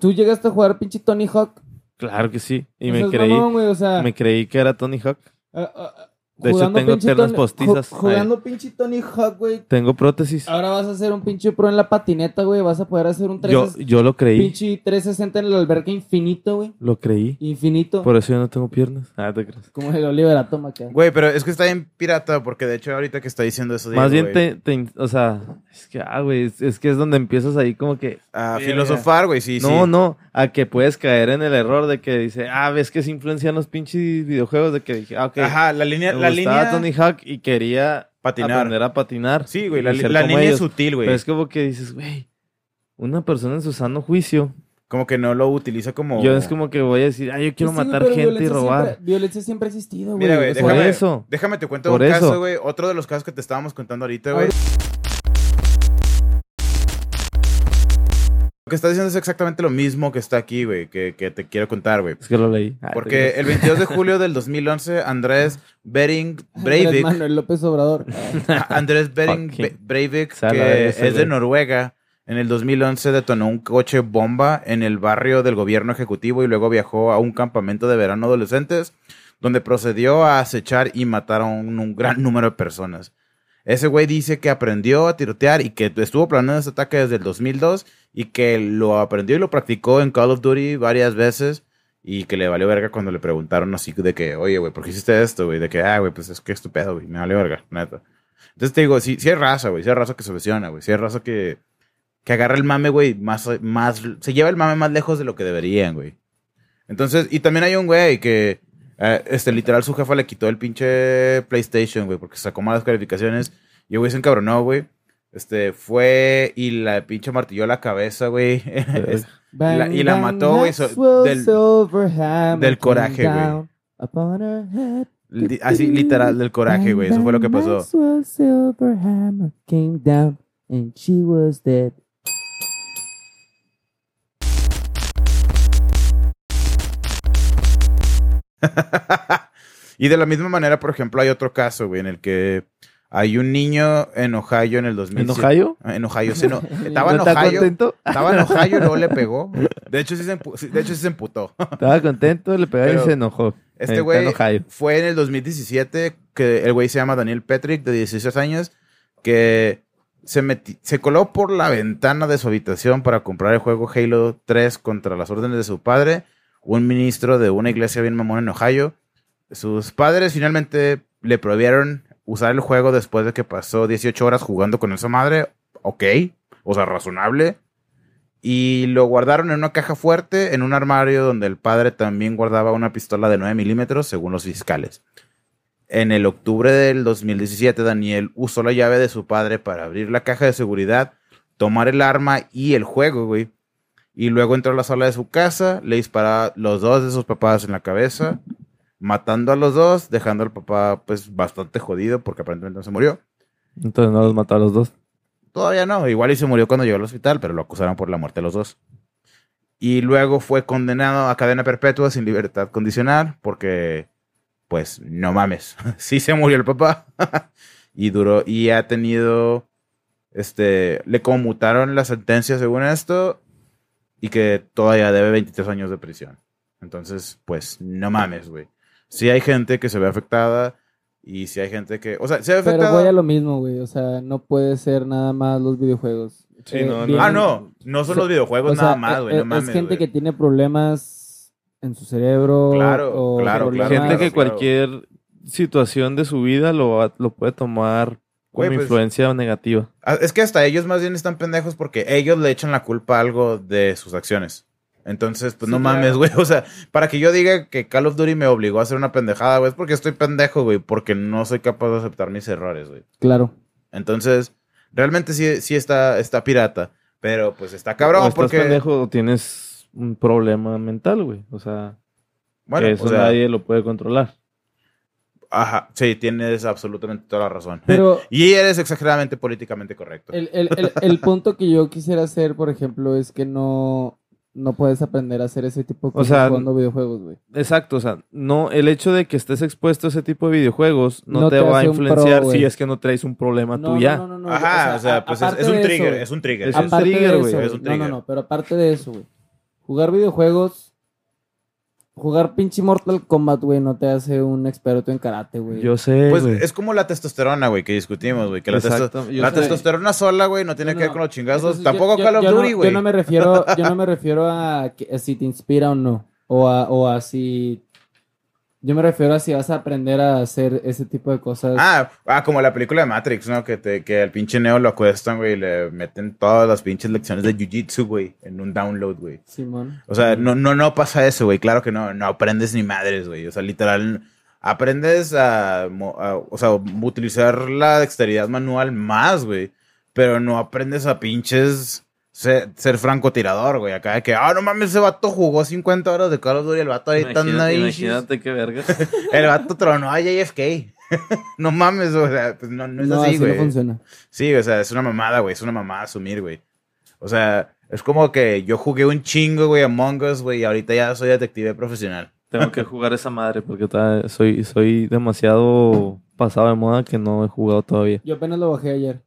Tú llegaste a jugar pinche Tony Hawk
Claro que sí. Y
no
me
seas
creí,
mamón, güey, o sea,
me creí que era Tony Hawk.
ah, ah, ah,
de hecho,
jugando
tengo
pinche
piernas
Tony-
postizas.
ju- Jugando pinche Tony Hawk, güey,
Tengo prótesis.
ahora vas a hacer un pinche pro en la patineta, güey, vas a poder hacer un
Yo,
3,
yo lo creí.
pinche 360 en el alberca infinito, güey,
Lo creí.
infinito,
Por eso yo no tengo piernas. Ah, te crees.
como el Oliver Atom acá.
Güey, pero es que está bien pirata, porque de hecho ahorita que está diciendo eso,
Más
Diego,
bien
güey,
te, te in- O sea, es que, ah, güey, es, es que es donde empiezas ahí como que.
a filosofar, güey, sí,
no,
sí.
no. A que puedes caer en el error de que dice, ah, ves que se influencian los pinches videojuegos. De que dije, ah, ok.
Ajá, la
me
línea, la
gustaba
línea
Tony Hawk y quería
patinar.
aprender a patinar.
Sí, güey, la,
y ser
la
como
línea es
ellos. pues,
sutil, güey.
Pero es como que dices, güey, una persona en su sano juicio.
Como que no lo utiliza como.
Yo es como que voy a decir, ah, yo quiero
Sí, güey,
matar
pero
gente y
violencia
robar.
siempre- violencia siempre ha existido, güey.
Mira, güey,
o sea,
Por
Déjame-
eso.
Déjame te cuento
Por
un
eso.
caso, güey. Otro de los casos que te estábamos contando ahorita, güey. Lo que estás diciendo es exactamente lo mismo que está aquí, güey, que, que te quiero contar, güey.
Es que lo leí. Ah, te
Porque
crees.
el 22 de julio del 2011,
[LAUGHS]
Andrés Bering
Andrés
Breivik,
Manuel López Obrador.
[LAUGHS]
Andrés Bering
Fucking
Breivik,
sala
que
de
es
ese,
de
güey.
Noruega, en el 2011 detonó un coche bomba en el barrio del gobierno ejecutivo y luego viajó a un campamento de verano adolescentes, donde procedió a acechar y matar a un, un gran [LAUGHS] número de personas. Ese güey dice que aprendió a tirotear y que estuvo planeando ese ataque desde el 2002 y que lo aprendió y lo practicó en Call of Duty varias veces y que le valió verga cuando le preguntaron así de que, oye, güey, ¿por qué hiciste esto, güey? De que, ah, güey, pues es que estupendo, güey, me valió verga, neta. Entonces te digo, sí, sí hay raza, güey, sí hay raza que se obsesiona, güey, sí hay raza que, que agarra el mame, güey, más, más, se lleva el mame más lejos de lo que deberían, güey. Entonces, y también hay un güey que, eh, este, literal, su jefa le quitó el pinche PlayStation, güey, porque sacó malas calificaciones. Y el güey se encabronó, güey. Este, fue y la pinche martilló la cabeza, güey. [LAUGHS] Es- [LAUGHS] La- y la mató, güey, so- del- del coraje, güey.
güey.
li- así, literal, del coraje, güey. Eso fue lo que pasó.
Maxwell Silverhammer came down and she was dead.
Y de la misma manera, por ejemplo, hay otro caso, güey, en el que hay un niño en Ohio en el 2007.
¿En Ohio?
Ah, En
[LAUGHS]
Ohio, sí, no. Estaba
¿No
en
está
Ohio.
contento?
Estaba en Ohio y luego le pegó. De hecho, sí se, empu- sí, de hecho, sí se
[LAUGHS]
emputó.
Estaba contento, le pegaron
Pero
y se enojó. Ahí
Este
está
güey
en Ohio.
fue en el 2017 que el güey se llama Daniel Petrick, de 16 años, que se, meti- se coló por la ventana de su habitación para comprar el juego Halo 3 contra las órdenes de su padre, un ministro de una iglesia bien mamón en Ohio. Sus padres finalmente le prohibieron usar el juego después de que pasó 18 horas jugando con esa madre. Ok, o sea, razonable. Y lo guardaron en una caja fuerte, en un armario donde el padre también guardaba una pistola de 9 milímetros, según los fiscales. En el octubre del 2017, Daniel usó la llave de su padre para abrir la caja de seguridad, tomar el arma y el juego, güey. Y luego entró a la sala de su casa, le dispara los dos de sus papás en la cabeza, matando a los dos, dejando al papá pues bastante jodido porque aparentemente no se murió.
Entonces no los mató a los dos.
Todavía no, igual y se murió cuando llegó al hospital, pero lo acusaron por la muerte de los dos. Y luego fue condenado a cadena perpetua sin libertad condicional, porque, pues, no mames, [LAUGHS] sí se murió el papá. [LAUGHS] y duró, y ha tenido, este, le conmutaron la sentencia según esto, y que todavía debe 23 años de prisión. Entonces, pues, no mames, güey. Sí hay gente que se ve afectada, y sí hay gente que, o sea, se ve
Pero
afectada.
voy a lo mismo, güey. O sea, no puede ser nada más los videojuegos.
Sí,
Eh,
no, no.
bien-
Ah, no, no
O
son
sea,
los videojuegos
o sea,
nada más, güey.
eh,
No
es,
mames.
gente
güey.
que tiene problemas en su cerebro.
Claro,
o
claro,
problemas-
claro,
Gente que
claro.
cualquier situación de su vida lo, va- lo puede tomar como
Güey, pues-
influencia negativa.
Ah, Es que hasta ellos más bien están pendejos porque ellos le echan la culpa a algo de sus acciones. Entonces, pues
Sí,
no
claro.
mames, güey. O sea, para que yo diga que Call of Duty me obligó a hacer una pendejada, güey, es porque estoy pendejo, güey, porque no soy capaz de aceptar mis errores, güey.
Claro.
Entonces, realmente sí, sí está, está pirata, pero pues está cabrón
o estás
porque.
pendejo o tienes un problema mental, güey. O sea,
Bueno,
que
o
eso
sea,
nadie lo puede controlar.
ajá, sí, tienes absolutamente toda la razón.
Pero
y eres exageradamente políticamente correcto.
el, el- el- el
[LAUGHS]
punto que yo quisiera hacer, por ejemplo, es que no, no puedes aprender a hacer ese tipo de
O
cosas
sea,
jugando videojuegos, güey.
Exacto, o sea, no, el hecho de que estés expuesto a ese tipo de videojuegos no,
No
te,
te
va a
hace un pro,
influenciar si
güey.
es que no traes un problema
No,
tuya.
no, no, no,
Ajá, o sea,
a-
pues es,
aparte
es un
de eso,
trigger,
güey.
es un trigger.
Es un
Aparte de
trigger,
eso,
güey,
es un
No,
trigger.
no, no, pero aparte de eso, güey. Jugar videojuegos, jugar pinche Mortal Kombat, güey, no te hace un experto en karate, güey.
Yo sé,
Pues
güey.
es como la testosterona, güey, que discutimos, güey. Que la, testo-
Exacto, yo
la
sé.
testosterona sola, güey, no tiene
No,
que ver
no.
con los chingazos.
Entonces, yo-
Tampoco
yo-
Call of
yo no-
Duty, güey.
Yo no me refiero, yo no me refiero a, que- a si te inspira o no, o a, o a si... Yo me refiero a si vas a aprender a hacer ese tipo de cosas.
Ah, ah, como la película de Matrix, ¿no? Que, te, que al pinche Neo lo acuestan, güey, y le meten todas las pinches lecciones de Jiu-Jitsu, güey, en un download, güey.
Simón.
O sea, no, no, no pasa eso, güey. Claro que no, no aprendes ni madres, güey. O sea, literal, aprendes a, mo- a- o sea, utilizar la dexteridad manual más, güey. Pero no aprendes a pinches ser, ser francotirador, güey. Acá de que, ah, no mames, ese vato jugó 50 horas de Call of Duty, el vato ahorita anda ahí.
qué verga.
El vato tronó a JFK. [LAUGHS] no mames, o sea, pues no, no es así,
no
güey.
funciona.
Sí, o sea, es una mamada, güey. Es una mamada asumir, güey. O sea, es como que yo jugué un chingo, güey, Among Us, güey, y ahorita ya soy detective profesional.
Tengo que jugar esa madre porque ta- soy, soy demasiado pasado de moda que no he jugado todavía.
Yo apenas lo bajé ayer.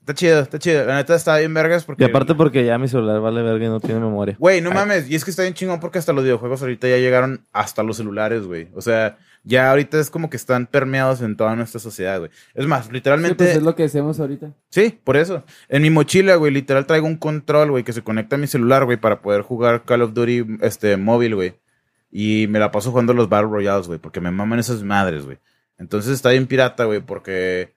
Está chido, está chido. La neta está bien vergas porque...
Y aparte porque ya mi celular vale verga y no tiene memoria.
Güey, no
Ay.
mames. Y es que está bien chingón porque hasta los videojuegos ahorita ya llegaron hasta los celulares, güey. O sea, ya ahorita es como que están permeados en toda nuestra sociedad, güey. Es más,
Sí,
literalmente...
pues es lo que decíamos ahorita.
Sí, por eso. En mi mochila, güey, literal traigo un control, güey, que se conecta a mi celular, güey, para poder jugar Call of Duty este, móvil, güey. Y me la paso jugando los Battle Royales, güey, porque me maman esas madres, güey. Entonces está bien pirata, güey, porque.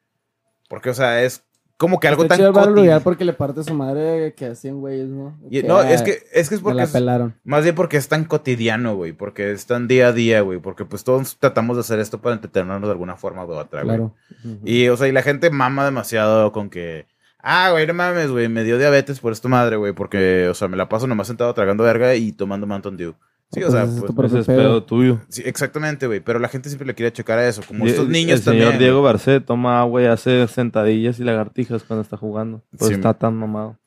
Porque, o sea, es como que algo
Está
tan
chido el Battle
coti-
Royale porque le parte su madre que hacían güeyes, ¿no?
Y- No, es que es, que es
me
porque
la
es-
pelaron.
Más bien porque es tan cotidiano, güey. Porque es tan día a día, güey. Porque pues todos tratamos de hacer esto para entretenernos de alguna forma u otra, güey.
Claro.
Y, o sea, y la gente mama demasiado con que. Ah, güey, no mames, güey. Me dio diabetes por esta madre, güey. Porque, o sea, me la paso nomás sentado tragando verga y tomando Mountain Dew. Sí, o sea,
Pues,
pues,
esto- Pero
Ese es
qué pedo.
pedo tuyo.
sí, exactamente, güey. Pero la gente siempre le quiere achacar a eso. Como estos
Die-
niños
el
también.
señor Diego Barcet toma agua y hace sentadillas y lagartijas cuando está jugando. Pues
Sí.
está tan mamado.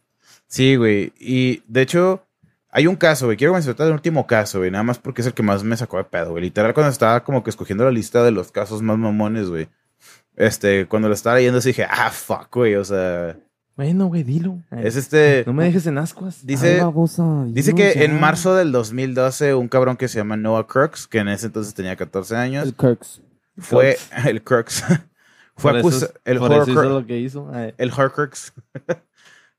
Sí, güey. Y de hecho, hay un caso, güey. Quiero mencionar el último caso, güey. Nada más porque es el que más me sacó de pedo, güey. Literal, cuando estaba como que escogiendo la lista de los casos más mamones, güey. Este, cuando lo estaba leyendo, sí dije, ah, fuck, güey. O sea,
Bueno, güey, dilo.
es este.
No me dejes en ascuas.
Dice.
Ay, babosa,
Dice
no,
que
ya.
en marzo del 2012 un cabrón que se llama Noah Crooks, que en ese entonces tenía 14 años,
El Kirks.
fue el Crooks. [LAUGHS] fue
Por eso-
acusado el
por
horror
eso hizo
Crooks-
lo que hizo. Ay,
el horror Crooks. [LAUGHS]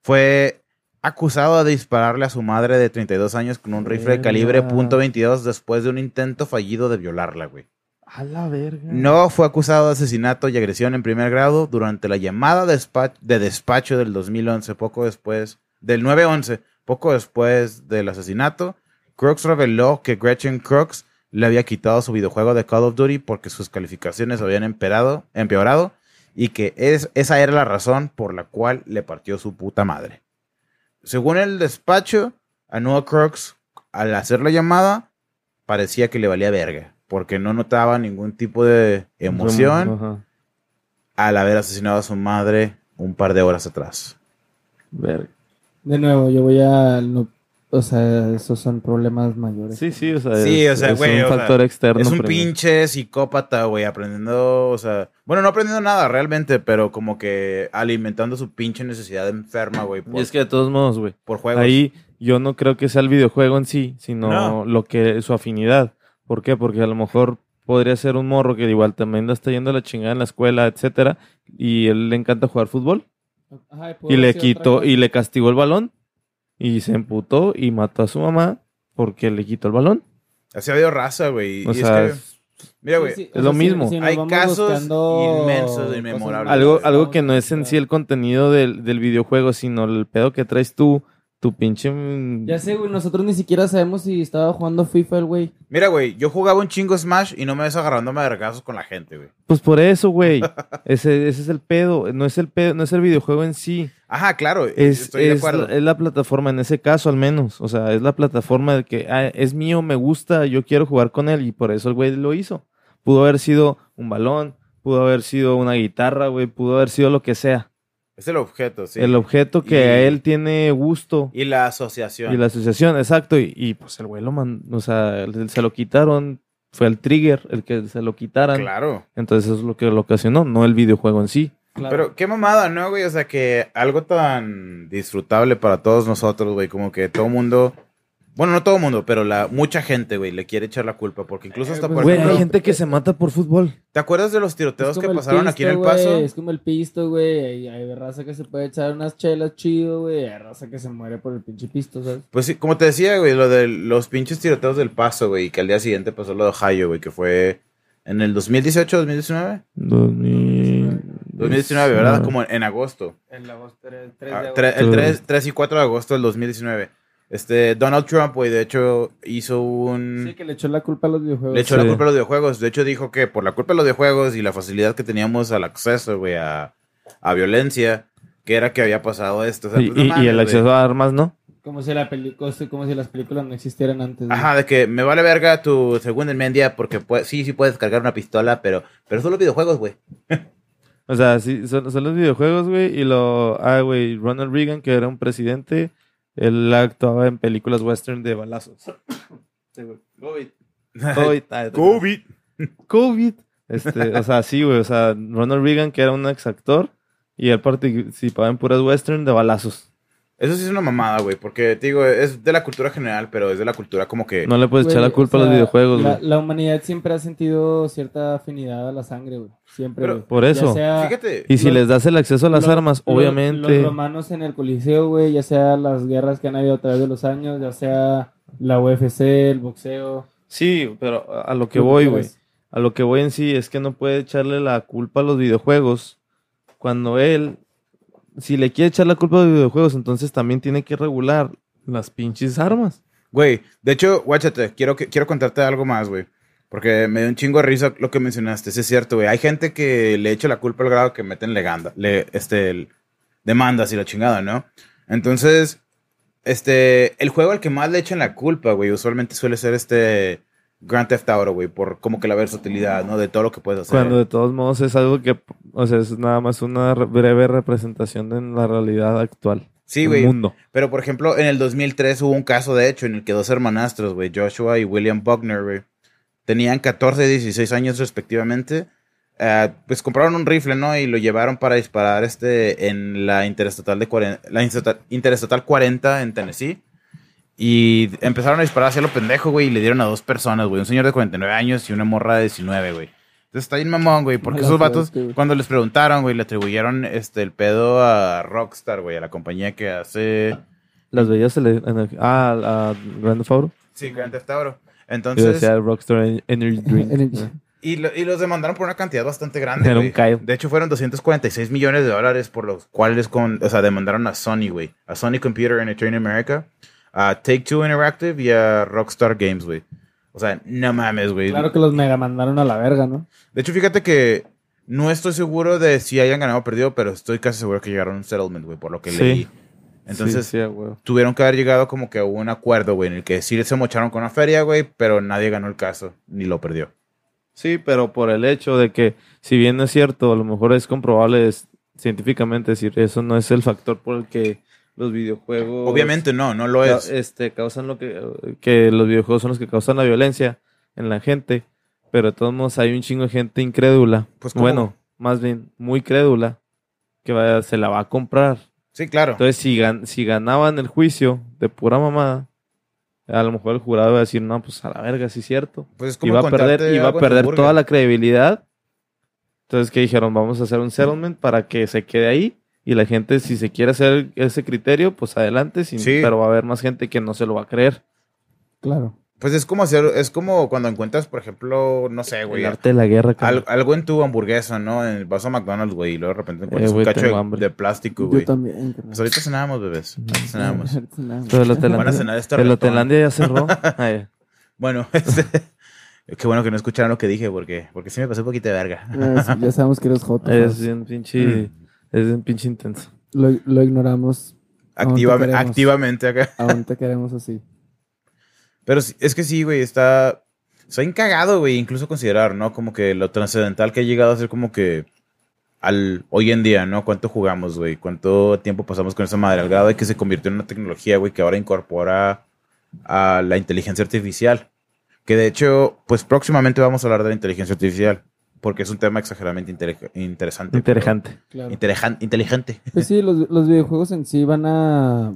fue acusado de dispararle a su madre de 32 años con un rifle de calibre
Verga.
.22 después de un intento fallido de violarla, güey.
A la verga.
No fue acusado de asesinato y agresión en primer grado durante la llamada de despa- de despacho del 2011, poco después del 9-11, poco después del asesinato. Crooks reveló que Gretchen Crooks le había quitado su videojuego de Call of Duty porque sus calificaciones habían empeorado, empeorado y que es- esa era la razón por la cual le partió su puta madre. Según el despacho, a Noah Crooks, al hacer la llamada, parecía que le valía verga, porque no notaba ningún tipo de emoción
Ajá.
al haber asesinado a su madre un par de horas atrás.
Verga.
De nuevo, yo voy a. no- o sea, esos son problemas mayores.
Sí, sí, o sea,
Sí, o
es,
sea,
es
güey,
un
o sea,
factor externo.
es un
primero.
pinche psicópata, güey, aprendiendo, o sea, bueno, no aprendiendo nada realmente, pero como que alimentando su pinche necesidad enferma, güey,
Y
por,
es que de todos modos, güey.
por juegos.
Ahí yo no creo que sea el videojuego en sí, sino lo que su afinidad. ¿Por qué? Porque a lo mejor podría ser un morro que igual también la está yendo a la chingada en la escuela, etcétera, y él le encanta jugar fútbol
Ajá, pudo
y
haber
le
sido
quitó
otra
y le castigó el balón y se emputó y mató a su mamá porque le quitó el balón.
Así ha habido raza, güey.
O
y
sea,
es que, mira, güey,
Sí, sí,
es
o
lo
si-
mismo.
nos
Hay
vamos
casos
buscando
inmensos de
cosas
inmemorables.
más-
algo
sí.
algo que no es en sí el contenido del, del videojuego, sino el pedo que traes tú, tu pinche mm,
Ya sé, güey, nosotros ni siquiera sabemos si estaba jugando FIFA el güey.
mira, güey, yo jugaba un chingo Smash y no me ves agarrándome de vergazos con la gente, güey.
Pues por eso, güey. [LAUGHS] Ese, ese es el pedo. No es el pedo, no es el videojuego en sí.
Ajá, claro,
Es,
estoy de
es,
acuerdo.
la, es la plataforma, en ese caso al menos. O sea, es la plataforma de que ah, es mío, me gusta, yo quiero jugar con él. Y por eso el güey lo hizo. Pudo haber sido un balón, pudo haber sido una guitarra, güey, pudo haber sido lo que sea.
Es el objeto, sí.
El objeto que a
Y-
él tiene gusto.
y la asociación.
Y la asociación, exacto. Y, y, pues el güey lo man, o sea, se lo quitaron. Fue el trigger el que se lo quitaran.
Claro.
Entonces eso es lo que lo ocasionó, no el videojuego en sí.
Pero qué mamada, ¿no, güey? O sea, que algo tan disfrutable para todos nosotros, güey. Como que todo mundo. Bueno, no todo mundo, pero la mucha gente, güey, le quiere echar la culpa. Porque
Eh,
incluso hasta
pues,
por
Güey, hay
ejemplo,
gente que se mata por fútbol.
¿Te acuerdas de los
Es
tiroteos que
como el
pasaron aquí en El
pisto, güey,
Paso?
Es como el pisto, güey. Hay, hay raza que se puede echar unas chelas chido, güey. Hay raza que se muere por el pinche pisto, ¿sabes?
Pues sí, como te decía, güey, lo de los pinches tiroteos del Paso, güey, que al día siguiente pasó lo de Ohio, güey, que fue en el 2018, 2019. 2019, ¿verdad? Como en agosto.
En la voz 3
Ah, tre- el 3, y 4 de agosto del 2019. Este, Donald Trump, güey, de hecho hizo un...
Sí, que le echó la culpa a los videojuegos.
Le echó
Sí.
la culpa a los videojuegos. De hecho, dijo que por la culpa de los videojuegos y la facilidad que teníamos al acceso, güey, a, a violencia, que era que había pasado esto. O sea,
Y,
pues, no
y- y
mames,
el
güey.
acceso a armas, ¿no?
Como si, la peli- cosa- como si las películas no existieran antes. güey.
Ajá, de que me vale verga tu segunda enmienda porque pues, sí, sí puedes cargar una pistola, pero, pero son los videojuegos, güey.
O sea, sí, son, son los videojuegos, güey. Y lo. Ah, güey, Ronald Reagan, que era un presidente, él actuaba en películas western de balazos. [COUGHS] Sí, güey. COVID. [LAUGHS] COVID. Ah, COVID. Este, o sea, sí, güey. O sea, Ronald Reagan, que era un ex actor, y él participaba en puras western de balazos.
Eso sí es una mamada, güey, porque te digo, es de la cultura general, pero es de la cultura como que...
No le puedes echar
Güey,
la
o
culpa a los
sea,
videojuegos,
la,
güey.
la humanidad siempre ha sentido cierta afinidad a la sangre, güey. Siempre,
Pero-
güey.
Por
Ya
eso.
sea-
Fíjate,
Y si
los-
les das el acceso a las
Los-
armas,
los-
obviamente.
Los romanos en el Coliseo, güey, ya sea las guerras que han habido a través de los años, ya sea la UFC, el boxeo.
Sí, pero a a lo que
lo
voy, güey.
quieras.
A lo que voy en sí es que no puede echarle la culpa a los videojuegos cuando él si le quiere echar la culpa a los videojuegos, entonces también tiene que regular las pinches armas.
Güey, de hecho, guáchate, quiero, que- quiero contarte algo más, güey. Porque me dio un chingo de risa lo que mencionaste. Sí, es cierto, güey. Hay gente que le echa la culpa al grado que meten leganda, le, este, el- demandas y la chingada, ¿no? Entonces, este, el juego al que más le echan la culpa, güey, usualmente suele ser este Grand Theft Auto, güey, por como que la versatilidad, ¿no? De todo lo que puedes hacer.
Cuando de todos modos es algo que, o sea, es nada más una re- breve representación de la realidad actual.
sí,
del
güey.
mundo.
Pero, por ejemplo, en el 2003 hubo un caso, de hecho, en el que dos hermanastros, güey, Joshua y William Buckner, güey, tenían 14 y 16 años respectivamente. Ah, pues compraron un rifle, ¿no? Y lo llevaron para disparar este en la interestatal, de 40, la interestatal, interestatal 40 en Tennessee. Y empezaron a disparar hacia lo pendejo, güey, y le dieron a dos personas, güey. Un señor de 49 años y una morra de 19, güey. Entonces está bien mamón, güey, porque
Mala
esos vatos,
suerte, güey.
cuando les preguntaron, güey, le atribuyeron este, el pedo a Rockstar, güey, a la compañía que hace...
Las veías en el- en el- ah, a Grand Theft Auto.
Sí, Grand Theft Auto.
Yo
Entonces,
decía Rockstar En- Energy Drink.
y, lo- y los demandaron por una cantidad bastante grande.
Era un
güey.
callo.
De hecho, fueron 246 millones de dólares por los cuales con, o sea, demandaron a Sony, güey. A Sony Computer Entertainment America, a Take Two Interactive y a Rockstar Games, güey. O sea, no mames, güey.
Claro que los mega mandaron a la verga, ¿no?
De hecho, fíjate que no estoy seguro de si hayan ganado o perdido, pero estoy casi seguro que llegaron a un settlement, güey, por lo que
Sí.
leí. Entonces,
Sí, sí, a huevo.
tuvieron que haber llegado como que a un acuerdo, güey, en el que sí se mocharon con una feria, güey, pero nadie ganó el caso ni lo perdió.
Sí, pero por el hecho de que, si bien no es cierto, a lo mejor es comprobable es- científicamente decir, eso no es el factor por el que los
Pues,
videojuegos.
Obviamente no, no lo
ca-
es.
eh,
este, causan lo que, que los videojuegos son los que causan la violencia en la gente, pero de todos modos hay un chingo de gente incrédula.
Pues, ¿cómo?
bueno, más bien muy crédula que va- se la va a comprar.
Sí, claro.
Entonces, si, gan- si ganaban el juicio de pura mamada, a lo mejor el jurado iba a decir, no, pues a la verga, sí es cierto.
Pues es
Y
como
va a perder,
encontrarte
iba a
algo en
perder
tu
toda
burger.
la credibilidad. Entonces, que dijeron? Vamos a hacer un settlement para que se quede ahí. Y la gente, si se quiere hacer ese criterio, pues adelante. sin-
Sí.
Pero va a haber más gente que no se lo va a creer.
Claro.
Pues es como hacer, es como cuando encuentras, por ejemplo, no sé, güey,
el arte de la guerra.
al-
cabrón.
algo en tu hamburguesa, ¿no? En- Vas a McDonald's, güey, y luego de repente encuentras
Eh, güey,
un cacho
tengo
de,
hambre.
de plástico,
Yo
güey.
también. carnal.
Pues ahorita cenábamos, bebés. Ahorita cenábamos.
[LAUGHS]
Pero
Van
el
a
Hotelandia,
cenar este
el
ratón.
Hotelandia ya cerró. Ah, ya.
Bueno, [LAUGHS] este, qué bueno que no escucharon lo que dije, porque, porque sí me pasé un poquito de verga.
Ah,
Mm.
Ya- Ya sabemos que eres Joto.
es
pues.
bien pinche, es bien pinche intenso.
Lo, lo ignoramos.
Activa-
queremos.
activamente acá.
Aún te queremos así.
Pero sí- es que sí, güey, está. Soy encagado, güey, incluso considerar, ¿no? Como que lo trascendental que ha llegado a ser como que. Al, hoy en día, ¿no? ¿Cuánto jugamos, güey? ¿Cuánto tiempo pasamos con esa madre? Al grado de que se convirtió en una tecnología, güey, que ahora incorpora a la inteligencia artificial. Que de hecho, pues próximamente vamos a hablar de la inteligencia artificial. Porque es un tema exageradamente intele- interesante.
Interesante.
pero-
Claro.
interejan- inteligente.
Pues sí, los, los videojuegos en sí van a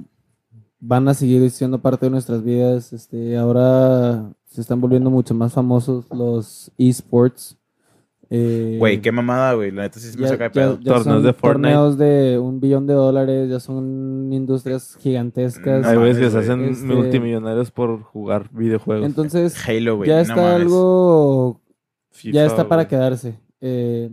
van a seguir siendo parte de nuestras vidas. Este, ahora se están volviendo mucho más famosos los esports. Eh,
Güey, qué mamada, güey. La neta sí se me
ya-
saca de
ya-
pedo.
ya
Torneos
son
de Fortnite.
torneos de un billón de dólares, ya son industrias gigantescas.
No
Hay veces que
mames,
se hacen
güey. Este-
multimillonarios por jugar videojuegos.
Entonces,
Halo, güey.
ya
no
está
mames.
algo,
FIFA,
ya está para
güey.
quedarse. Eh,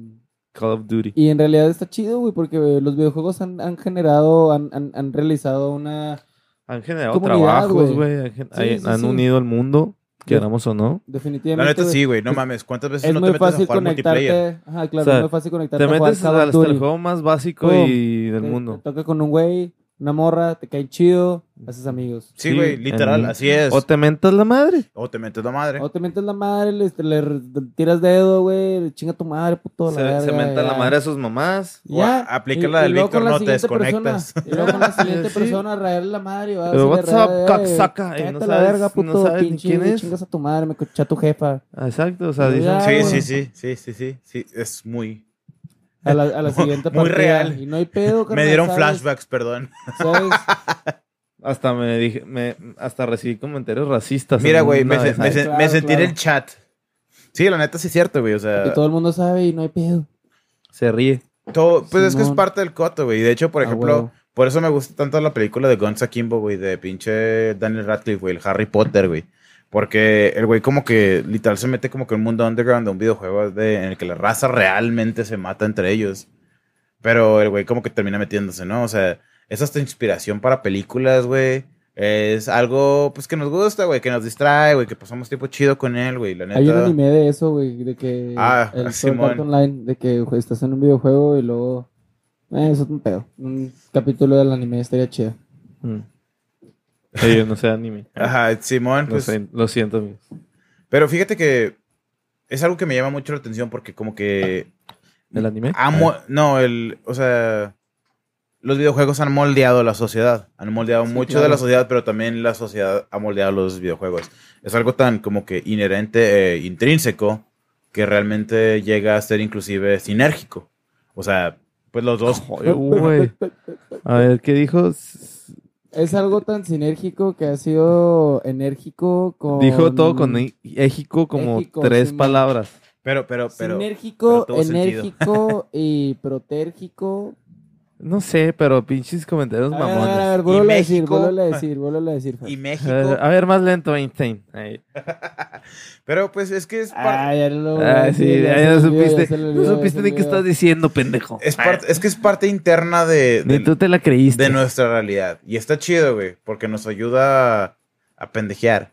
Call of Duty.
Y en realidad está chido, güey, porque los videojuegos han, han generado, han, han- han realizado una...
Han generado
Comunidad,
trabajos,
güey.
güey. Han, gen-
Sí,
hay-
sí,
han
sí.
unido el mundo,
Sí.
queramos o no.
Definitivamente...
La neta
güey,
sí, güey. No
es-
mames. ¿Cuántas veces
Es
no te
muy
metes a
fácil
jugar multiplayer?
conectarte... Ajá, claro,
O sea,
es muy fácil conectarte
Te
a jugar
metes
Call of
hasta
Duty.
el juego más básico
Pum.
y del
Te- te
mundo.
toca con un güey, una morra, te cae chido, haces amigos.
Sí,
Sí,
güey,
en
literal,
el-
así es.
O te mentas la madre.
metes la madre.
O te metes la madre, le, le r- tiras dedo, güey, le chinga tu madre, puto, la
Se, se
verga,
menta la
ya.
madre a sus mamás.
O a- aplica la del
luego
Víctor,
con la
no te
siguiente persona,
desconectas.
y luego con
[LAUGHS]
la siguiente
Sí.
persona, raerle la madre. y va a
Pero
decirle,
what's up,
"Rae,
cocksucker", y no
cállate la
sabes-
verga,
no
puto,
sabes ni
pinche,
quién es.
chingas a tu madre, me cochea tu jefa.
Exacto, o sea,
Ya,
dicen-
güey.
Sí,
Ah,
sí,
bueno.
sí, sí, sí, sí, sí. Es muy.
A la, a la siguiente
[LAUGHS] Muy
partida.
real.
Y no hay pedo, carnal,
[LAUGHS] Me dieron
¿sabes?
flashbacks, perdón. [LAUGHS]
¿Sabes?
Hasta me dije, me, hasta recibí comentarios racistas.
Mira,
en
güey,
una
me, se-
vez.
me, se-
Claro,
me sentí en
claro.
el chat. Sí, la neta sí es cierto, güey. O
Que
sea,
todo el mundo sabe y no hay pedo.
se ríe.
todo, pues es que es
Simón.
parte del coto, güey. De hecho, por
Ah,
ejemplo,
huevo.
por eso me gusta tanto la película de Guns Akimbo, güey, de pinche Daniel Radcliffe, güey, el Harry Potter, güey. Porque el güey como que literal se mete como que en un mundo underground de un videojuego de- en el que la raza realmente se mata entre ellos. Pero el güey como que termina metiéndose, ¿no? O sea, es hasta inspiración para películas, güey. Es algo, pues, que nos gusta, güey, que nos distrae, güey, que pasamos tiempo chido con él, güey, la neta.
Hay un anime de eso, güey, de que
Ah, [LAUGHS]
el Sword
Simón.
Art Online, de que güey, estás en un videojuego y luego... Eh, eso es un pedo. Un capítulo del anime estaría chido.
[LAUGHS]
Mm. Sí, yo no sé anime.
Ajá, Simón,
Lo,
pues.
sé- lo siento, amigos.
Pero fíjate que es algo que me llama mucho la atención porque como que
¿El
Ah, ¿eh?
anime?
amo, no, el, o sea, los videojuegos han moldeado la sociedad, han moldeado mucho de la
claro.
sociedad, pero también la sociedad ha moldeado los videojuegos. Es algo tan como que inherente, eh, intrínseco, que realmente llega a ser inclusive sinérgico. O sea, pues los dos.
Oye, güey. A ver, ¿qué dijo? S-
Es algo tan sinérgico que ha sido enérgico con...
Dijo todo con i- éjico como
Éjico,
tres
Simón.
palabras.
Pero, pero, pero. pero
Sinérgico,
tuvo sentido.
[LAUGHS]
enérgico y protérgico.
No sé, pero pinches comentarios
A ver, a ver, a
mamones.
ver,
Y
vuélvelo a decir,
México.
vuélvelo a decir, vuélvelo a decir. Fer.
Y
A ver,
[LAUGHS]
México.
a ver, más lento, Einstein. Ahí.
Pero pues es que es parte.
Ah, ya lo
Ah, sí,
ya
ahí
se le
no
olvidó, ya
supiste,
se le
no
olvidó, ya
supiste
se
ni
le
qué
olvidó.
estás diciendo, pendejo. Ah,
Es, parte- es que es parte interna de,
Ni
del-
tú te la creíste.
de nuestra realidad. Y está chido, güey, porque nos ayuda a, a pendejear.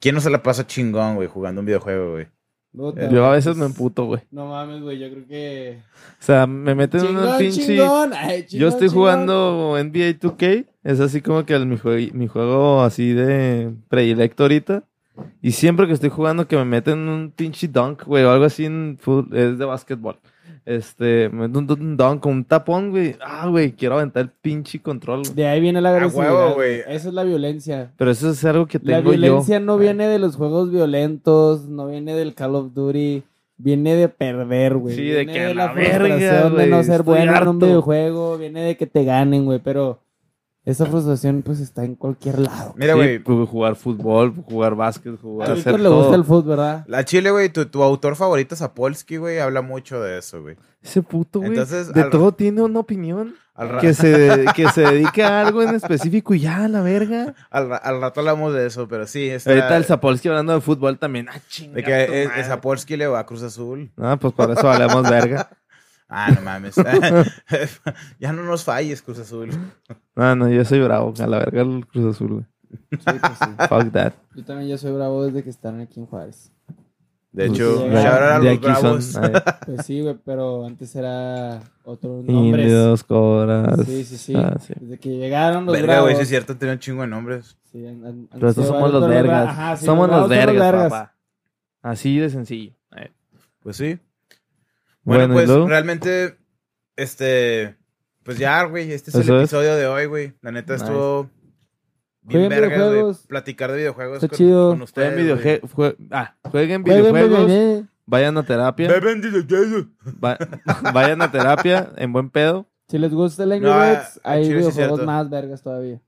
¿Quién no se la pasa chingón, güey, jugando un videojuego, güey?
Puta,
Yo a veces me
pues,
emputo, güey.
No mames, güey, yo creo que...
O sea, me meten en una
Chingón,
pinche...
chingón, ay,
Yo
chingón,
estoy
chingón.
jugando NBA 2K. Es así como que el- mi, jue- mi juego así de predilecto ahorita. Y siempre que estoy jugando que me meten un pinche dunk, güey, o algo así en fut- es de básquetbol. Este, me meten un, un dunk con un tapón, güey. Ah, güey, quiero aventar el pinche control. güey.
De ahí viene la agresividad.
huevo, güey.
Esa es la violencia.
Pero eso es algo que
La
tengo yo.
violencia no viene de los juegos violentos, no viene del Call of Duty, viene de perder, güey.
Sí, de
Viene
que a
la
la verga,
frustración de
güey,
no ser
estoy
bueno en un
harto.
videojuego, viene de que te ganen, güey, pero esa frustración pues está en cualquier lado.
Mira,
Sí,
güey,
pues, jugar fútbol, jugar básquet,
A
jugar hacer
Víctor le gusta
todo.
el fútbol, ¿verdad?
la Chile, güey, tu, tu autor favorito, Sapolsky, güey, habla mucho de eso, güey.
Ese puto, güey.
Entonces,
de
al-
todo tiene una opinión.
Al, ra-
Que se, que se dedique a algo en específico y ya, a la verga.
[LAUGHS] al ra- al rato hablamos de eso, pero sí, está,
Ahorita el Zapolsky hablando de fútbol también. Ah, chinga.
de que
tu
es-
madre.
es Sapolsky le va a Cruz Azul.
Ah, pues por eso hablamos verga.
Ah, no
[LAUGHS]
mames. [LAUGHS] ya no nos falles, Cruz Azul.
No, no, yo soy bravo. A la verga el Cruz Azul, güey.
Sí, pues sí.
Fuck that.
Yo también ya soy bravo desde que están aquí en Juárez.
De
Pues,
hecho,
sí,
de-
shout out a
de
los
aquí
bravos.
son ay, [LAUGHS]
Pues sí, güey, pero antes era otro nombre.
indios, cobras.
Sí, sí, sí.
Ah, sí.
Desde que llegaron los
Verga, güey,
bravos,
sí es cierto, tiene un chingo de nombres.
sí, han- han- han
Pero estos
sido
somos
varios
los
bravos.
vergas.
Ajá, sí,
somos
los
los
bravos son
vergas, papá. Así de sencillo. Ay.
Pues sí. Bueno,
Bueno,
pues
y luego,
realmente, este, pues ya, güey, este es
Eso
el
es.
episodio de hoy, güey. La neta
Nice.
estuvo bien
Jueguen
verga, güey.
videojuegos.
Platicar de videojuegos
Está
con,
chido.
con ustedes.
jueguen videoje- jue- ah, jueguen
Jueguen,
¿eh? videojuegos,
bebé.
vayan a terapia,
güey. Beben videojuegos.
va- [LAUGHS] vayan a terapia en buen pedo.
Si les gusta el Angry
No,
Birds,
a- a
hay
Chile sí es
videojuegos
cierto.
más vergas todavía.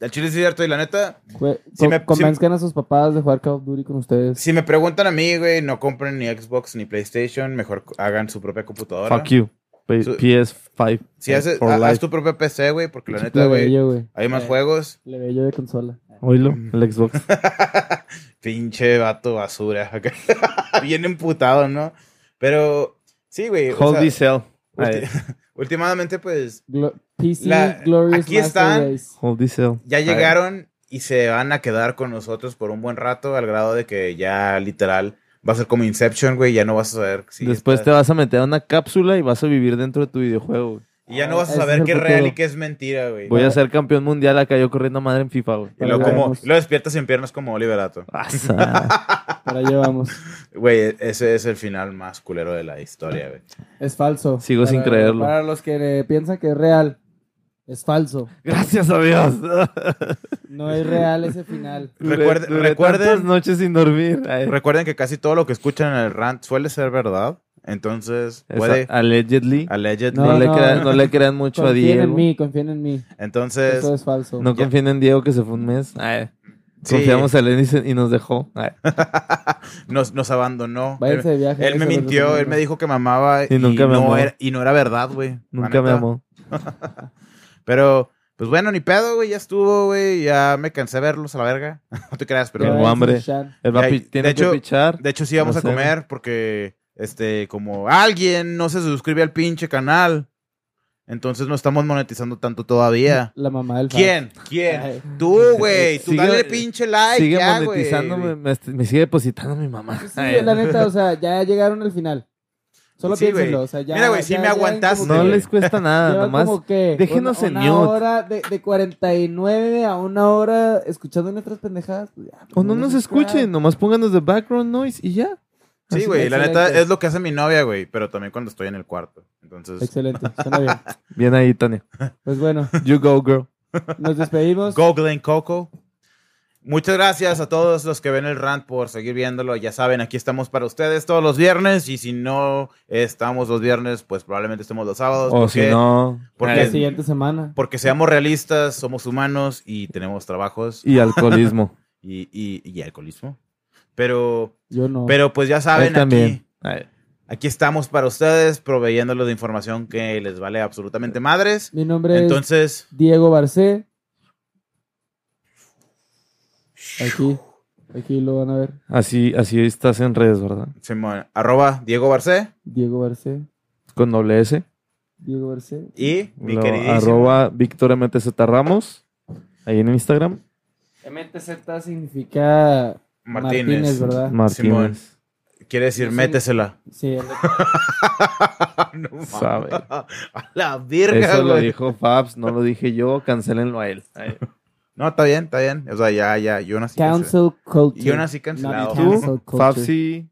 Al chile sí es cierto, y la neta,
Jue-
Sí
co-
me- sí
convenzcan a sus papás de jugar Call of Duty con ustedes.
si me preguntan a mí, güey, no compren ni Xbox ni PlayStation, mejor hagan su propia computadora.
Fuck you. P-
Su-
PS5.
Si haces,
for
ha- haz
life.
tu propia PC, güey, porque la neta,
Le
güey,
bello, güey.
hay más
Eh,
juegos.
Le bello de consola.
Oílo,
Mm.
el Xbox.
Pinche vato basura. [LAUGHS] bien emputado, ¿no? Pero, [LAUGHS] sí, güey. o
Hold
sea,
this cell.
ulti- [LAUGHS] últimamente, pues,
Glo- PC
La-
Glorious
aquí
Master
están.
Race.
Hold this cell.
ya
Ay.
llegaron y se van a quedar con nosotros por un buen rato, al grado de que ya literal va a ser como Inception, güey. Ya no vas a saber si.
Después te
estás-
vas a meter a una cápsula y vas a vivir dentro de tu videojuego. güey.
Y ya no vas a
Ese es
saber
el
qué es real y
futuro.
qué es mentira, güey.
Voy a ser campeón mundial acá yo corriendo a madre en FIFA, güey. Ah,
Y luego
Para
como,
vernos.
y lo despiertas en piernas como Oliverato.
Asa.
Para allá vamos.
Güey, ese es el final más culero de la historia, güey.
Es falso.
Sigo
Para-
sin creerlo.
Para los que eh, piensan que es real, es falso.
[LAUGHS] Gracias a Dios.
No es real ese
[LAUGHS]
final.
[LAUGHS] Recuerde-
Duré
recuerden-
tantas noches sin dormir. Ay.
Recuerden que casi todo lo que escuchan en el rant suele ser verdad. Entonces,
Esa-
puede.
allegedly.
Allegedly.
No,
No,
le
no.
crean, no le crean mucho a
Confíen en
Diego.
mí, confíen en mí.
Entonces,
Eso es falso.
No confíen en Diego que se fue un mes. Ay.
sí,
Confiamos en él y se- y nos dejó. Ay.
nos, nos abandonó.
Váyanse de viaje.
Él me
eso les
mintió, él me
recomiendo.
dijo que me amaba y,
Y nunca me
no,
amó.
Era, y no era verdad, güey.
Nunca
La
me
neta.
amó.
Pero, pues bueno, ni pedo, güey, ya estuvo, güey, ya me cansé de verlos a la verga. [LAUGHS] No te creas, pero...
Tengo
Váyanse a
hambre.
escuchar.
Él va
Ya,
a pi-
de
tiene
hecho-
que pichar.
De hecho, sí vamos
No
a
sé, güey.
comer porque, este, como alguien no se suscribe al pinche canal, Entonces no estamos monetizando tanto todavía.
La mamá del Fab.
¿Quién? ¿Quién?
Ay.
Tú, güey. Tú
Mm. Sigue-
dale pinche like.
sigue
ya, güey.
monetizándome, me, me sigue depositando mi mamá.
[LAUGHS]
Sí, la neta, o sea, ya llegaron al final. Solo
Sí, güey.
piénsenlo, o sea, ya.
Mira, güey, sí
ya-
me
ya
aguantaste,
como
No
que-
les cuesta nada,
lleva
nomás.
como que
déjenos
una,
en
una
mute.
hora de, de 49 a una hora escuchando nuestras pendejadas. pues ya,
O no nos escuchen, nomás pónganos de background noise y ya. [LAUGHS]
Sí, güey. La
Excelente.
neta es lo que hace mi novia, güey. Pero también cuando estoy en el cuarto. Entonces,
Excelente, suena bien.
Bien ahí, Tania.
Pues bueno,
You go, girl.
nos despedimos.
Go Glen Coco. Muchas gracias a todos los que ven el rant por seguir viéndolo. Ya saben, aquí estamos para ustedes todos los viernes. Y si no estamos los viernes, pues probablemente estemos los sábados.
O
Pues, ¿Por
si
qué?
no.
Porque-
La siguiente semana.
Porque seamos realistas, somos humanos y tenemos trabajos
Y alcoholismo.
y, y- y alcoholismo. Pero,
Yo no.
pero pues ya [LAUGHS]
Él
saben, aquí,
también. Ay,
aquí estamos para ustedes, proveyéndolos de información que les vale absolutamente madres.
Mi nombre es
Entonces,
Diego Barcé. Aquí, aquí lo van a ver.
Así, así estás en redes, ¿verdad?
Simón, arroba Diego Barcé
Diego Barcé.
Con doble S.
Diego Barcé.
y mi
Lo-
queridísimo.
arroba Víctor MTZ Ramos. Ahí en Instagram.
MTZ significa
Martínez.
Martínez,
Ah,
¿verdad?
Martínez.
Quiere decir,
Yo soy-
[LAUGHS] métesela.
Sí,
Ah, No mames. [LAUGHS]
Sabe.
A la verga,
Eso lo
güey.
dijo Fabs, no lo dije yo. Cancelenlo a él. Ay.
No, está bien, está bien. O sea, ya, ya. Yo nací cancelado.
Council Culture.
Yo nací cancelado.
Not
Tú,
cancel culture.
Fabsi.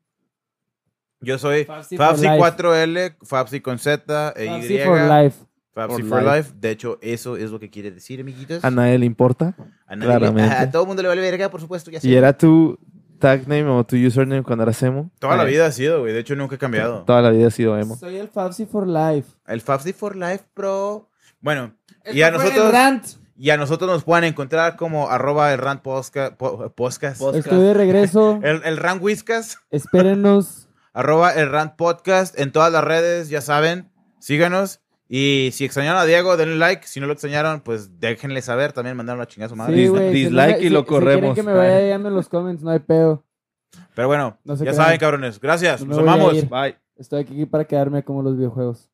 Yo soy
Fabsi for
Fabsi
life.
4L, Fabsi con Z, e
Fabsi
Y.
for life.
Fabsi
For
for
life.
life. De hecho, eso es lo que quiere decir, amiguitos.
A nadie le importa.
A nadie le-
claramente.
a todo el mundo le vale verga, por supuesto. Ya
¿Y
sé.
era tu tag name o tu username cuando eras emo?
Toda la
Ay,
vida ha sido, güey. De hecho, nunca he cambiado.
Toda la vida ha sido emo.
Soy el Fabsi for life.
El Fabsi for life, bro. Bueno, y
Esto
a
fue el
nosotros,
rant.
y a nosotros nos pueden encontrar como arroba el rant posca, po- podcast.
Estoy de
[LAUGHS]
regreso. [LAUGHS]
El, el rant whiskas.
Espérenos.
arroba el Rant Podcast en todas las redes, ya saben, síganos. Y si extrañaron a Diego, denle like. Si no lo extrañaron, pues déjenle saber también, mandaron a chingar a su madre.
Sí, güey. si
dislike
no me-
y lo
si- Si quieren
corremos.
que me vaya llegando en los comments, no hay pedo.
Pero bueno,
No se
ya
crean.
saben, cabrones. Gracias,
No
nos
me voy a
amamos.
ir.
Bye.
Estoy aquí para quedarme como los videojuegos.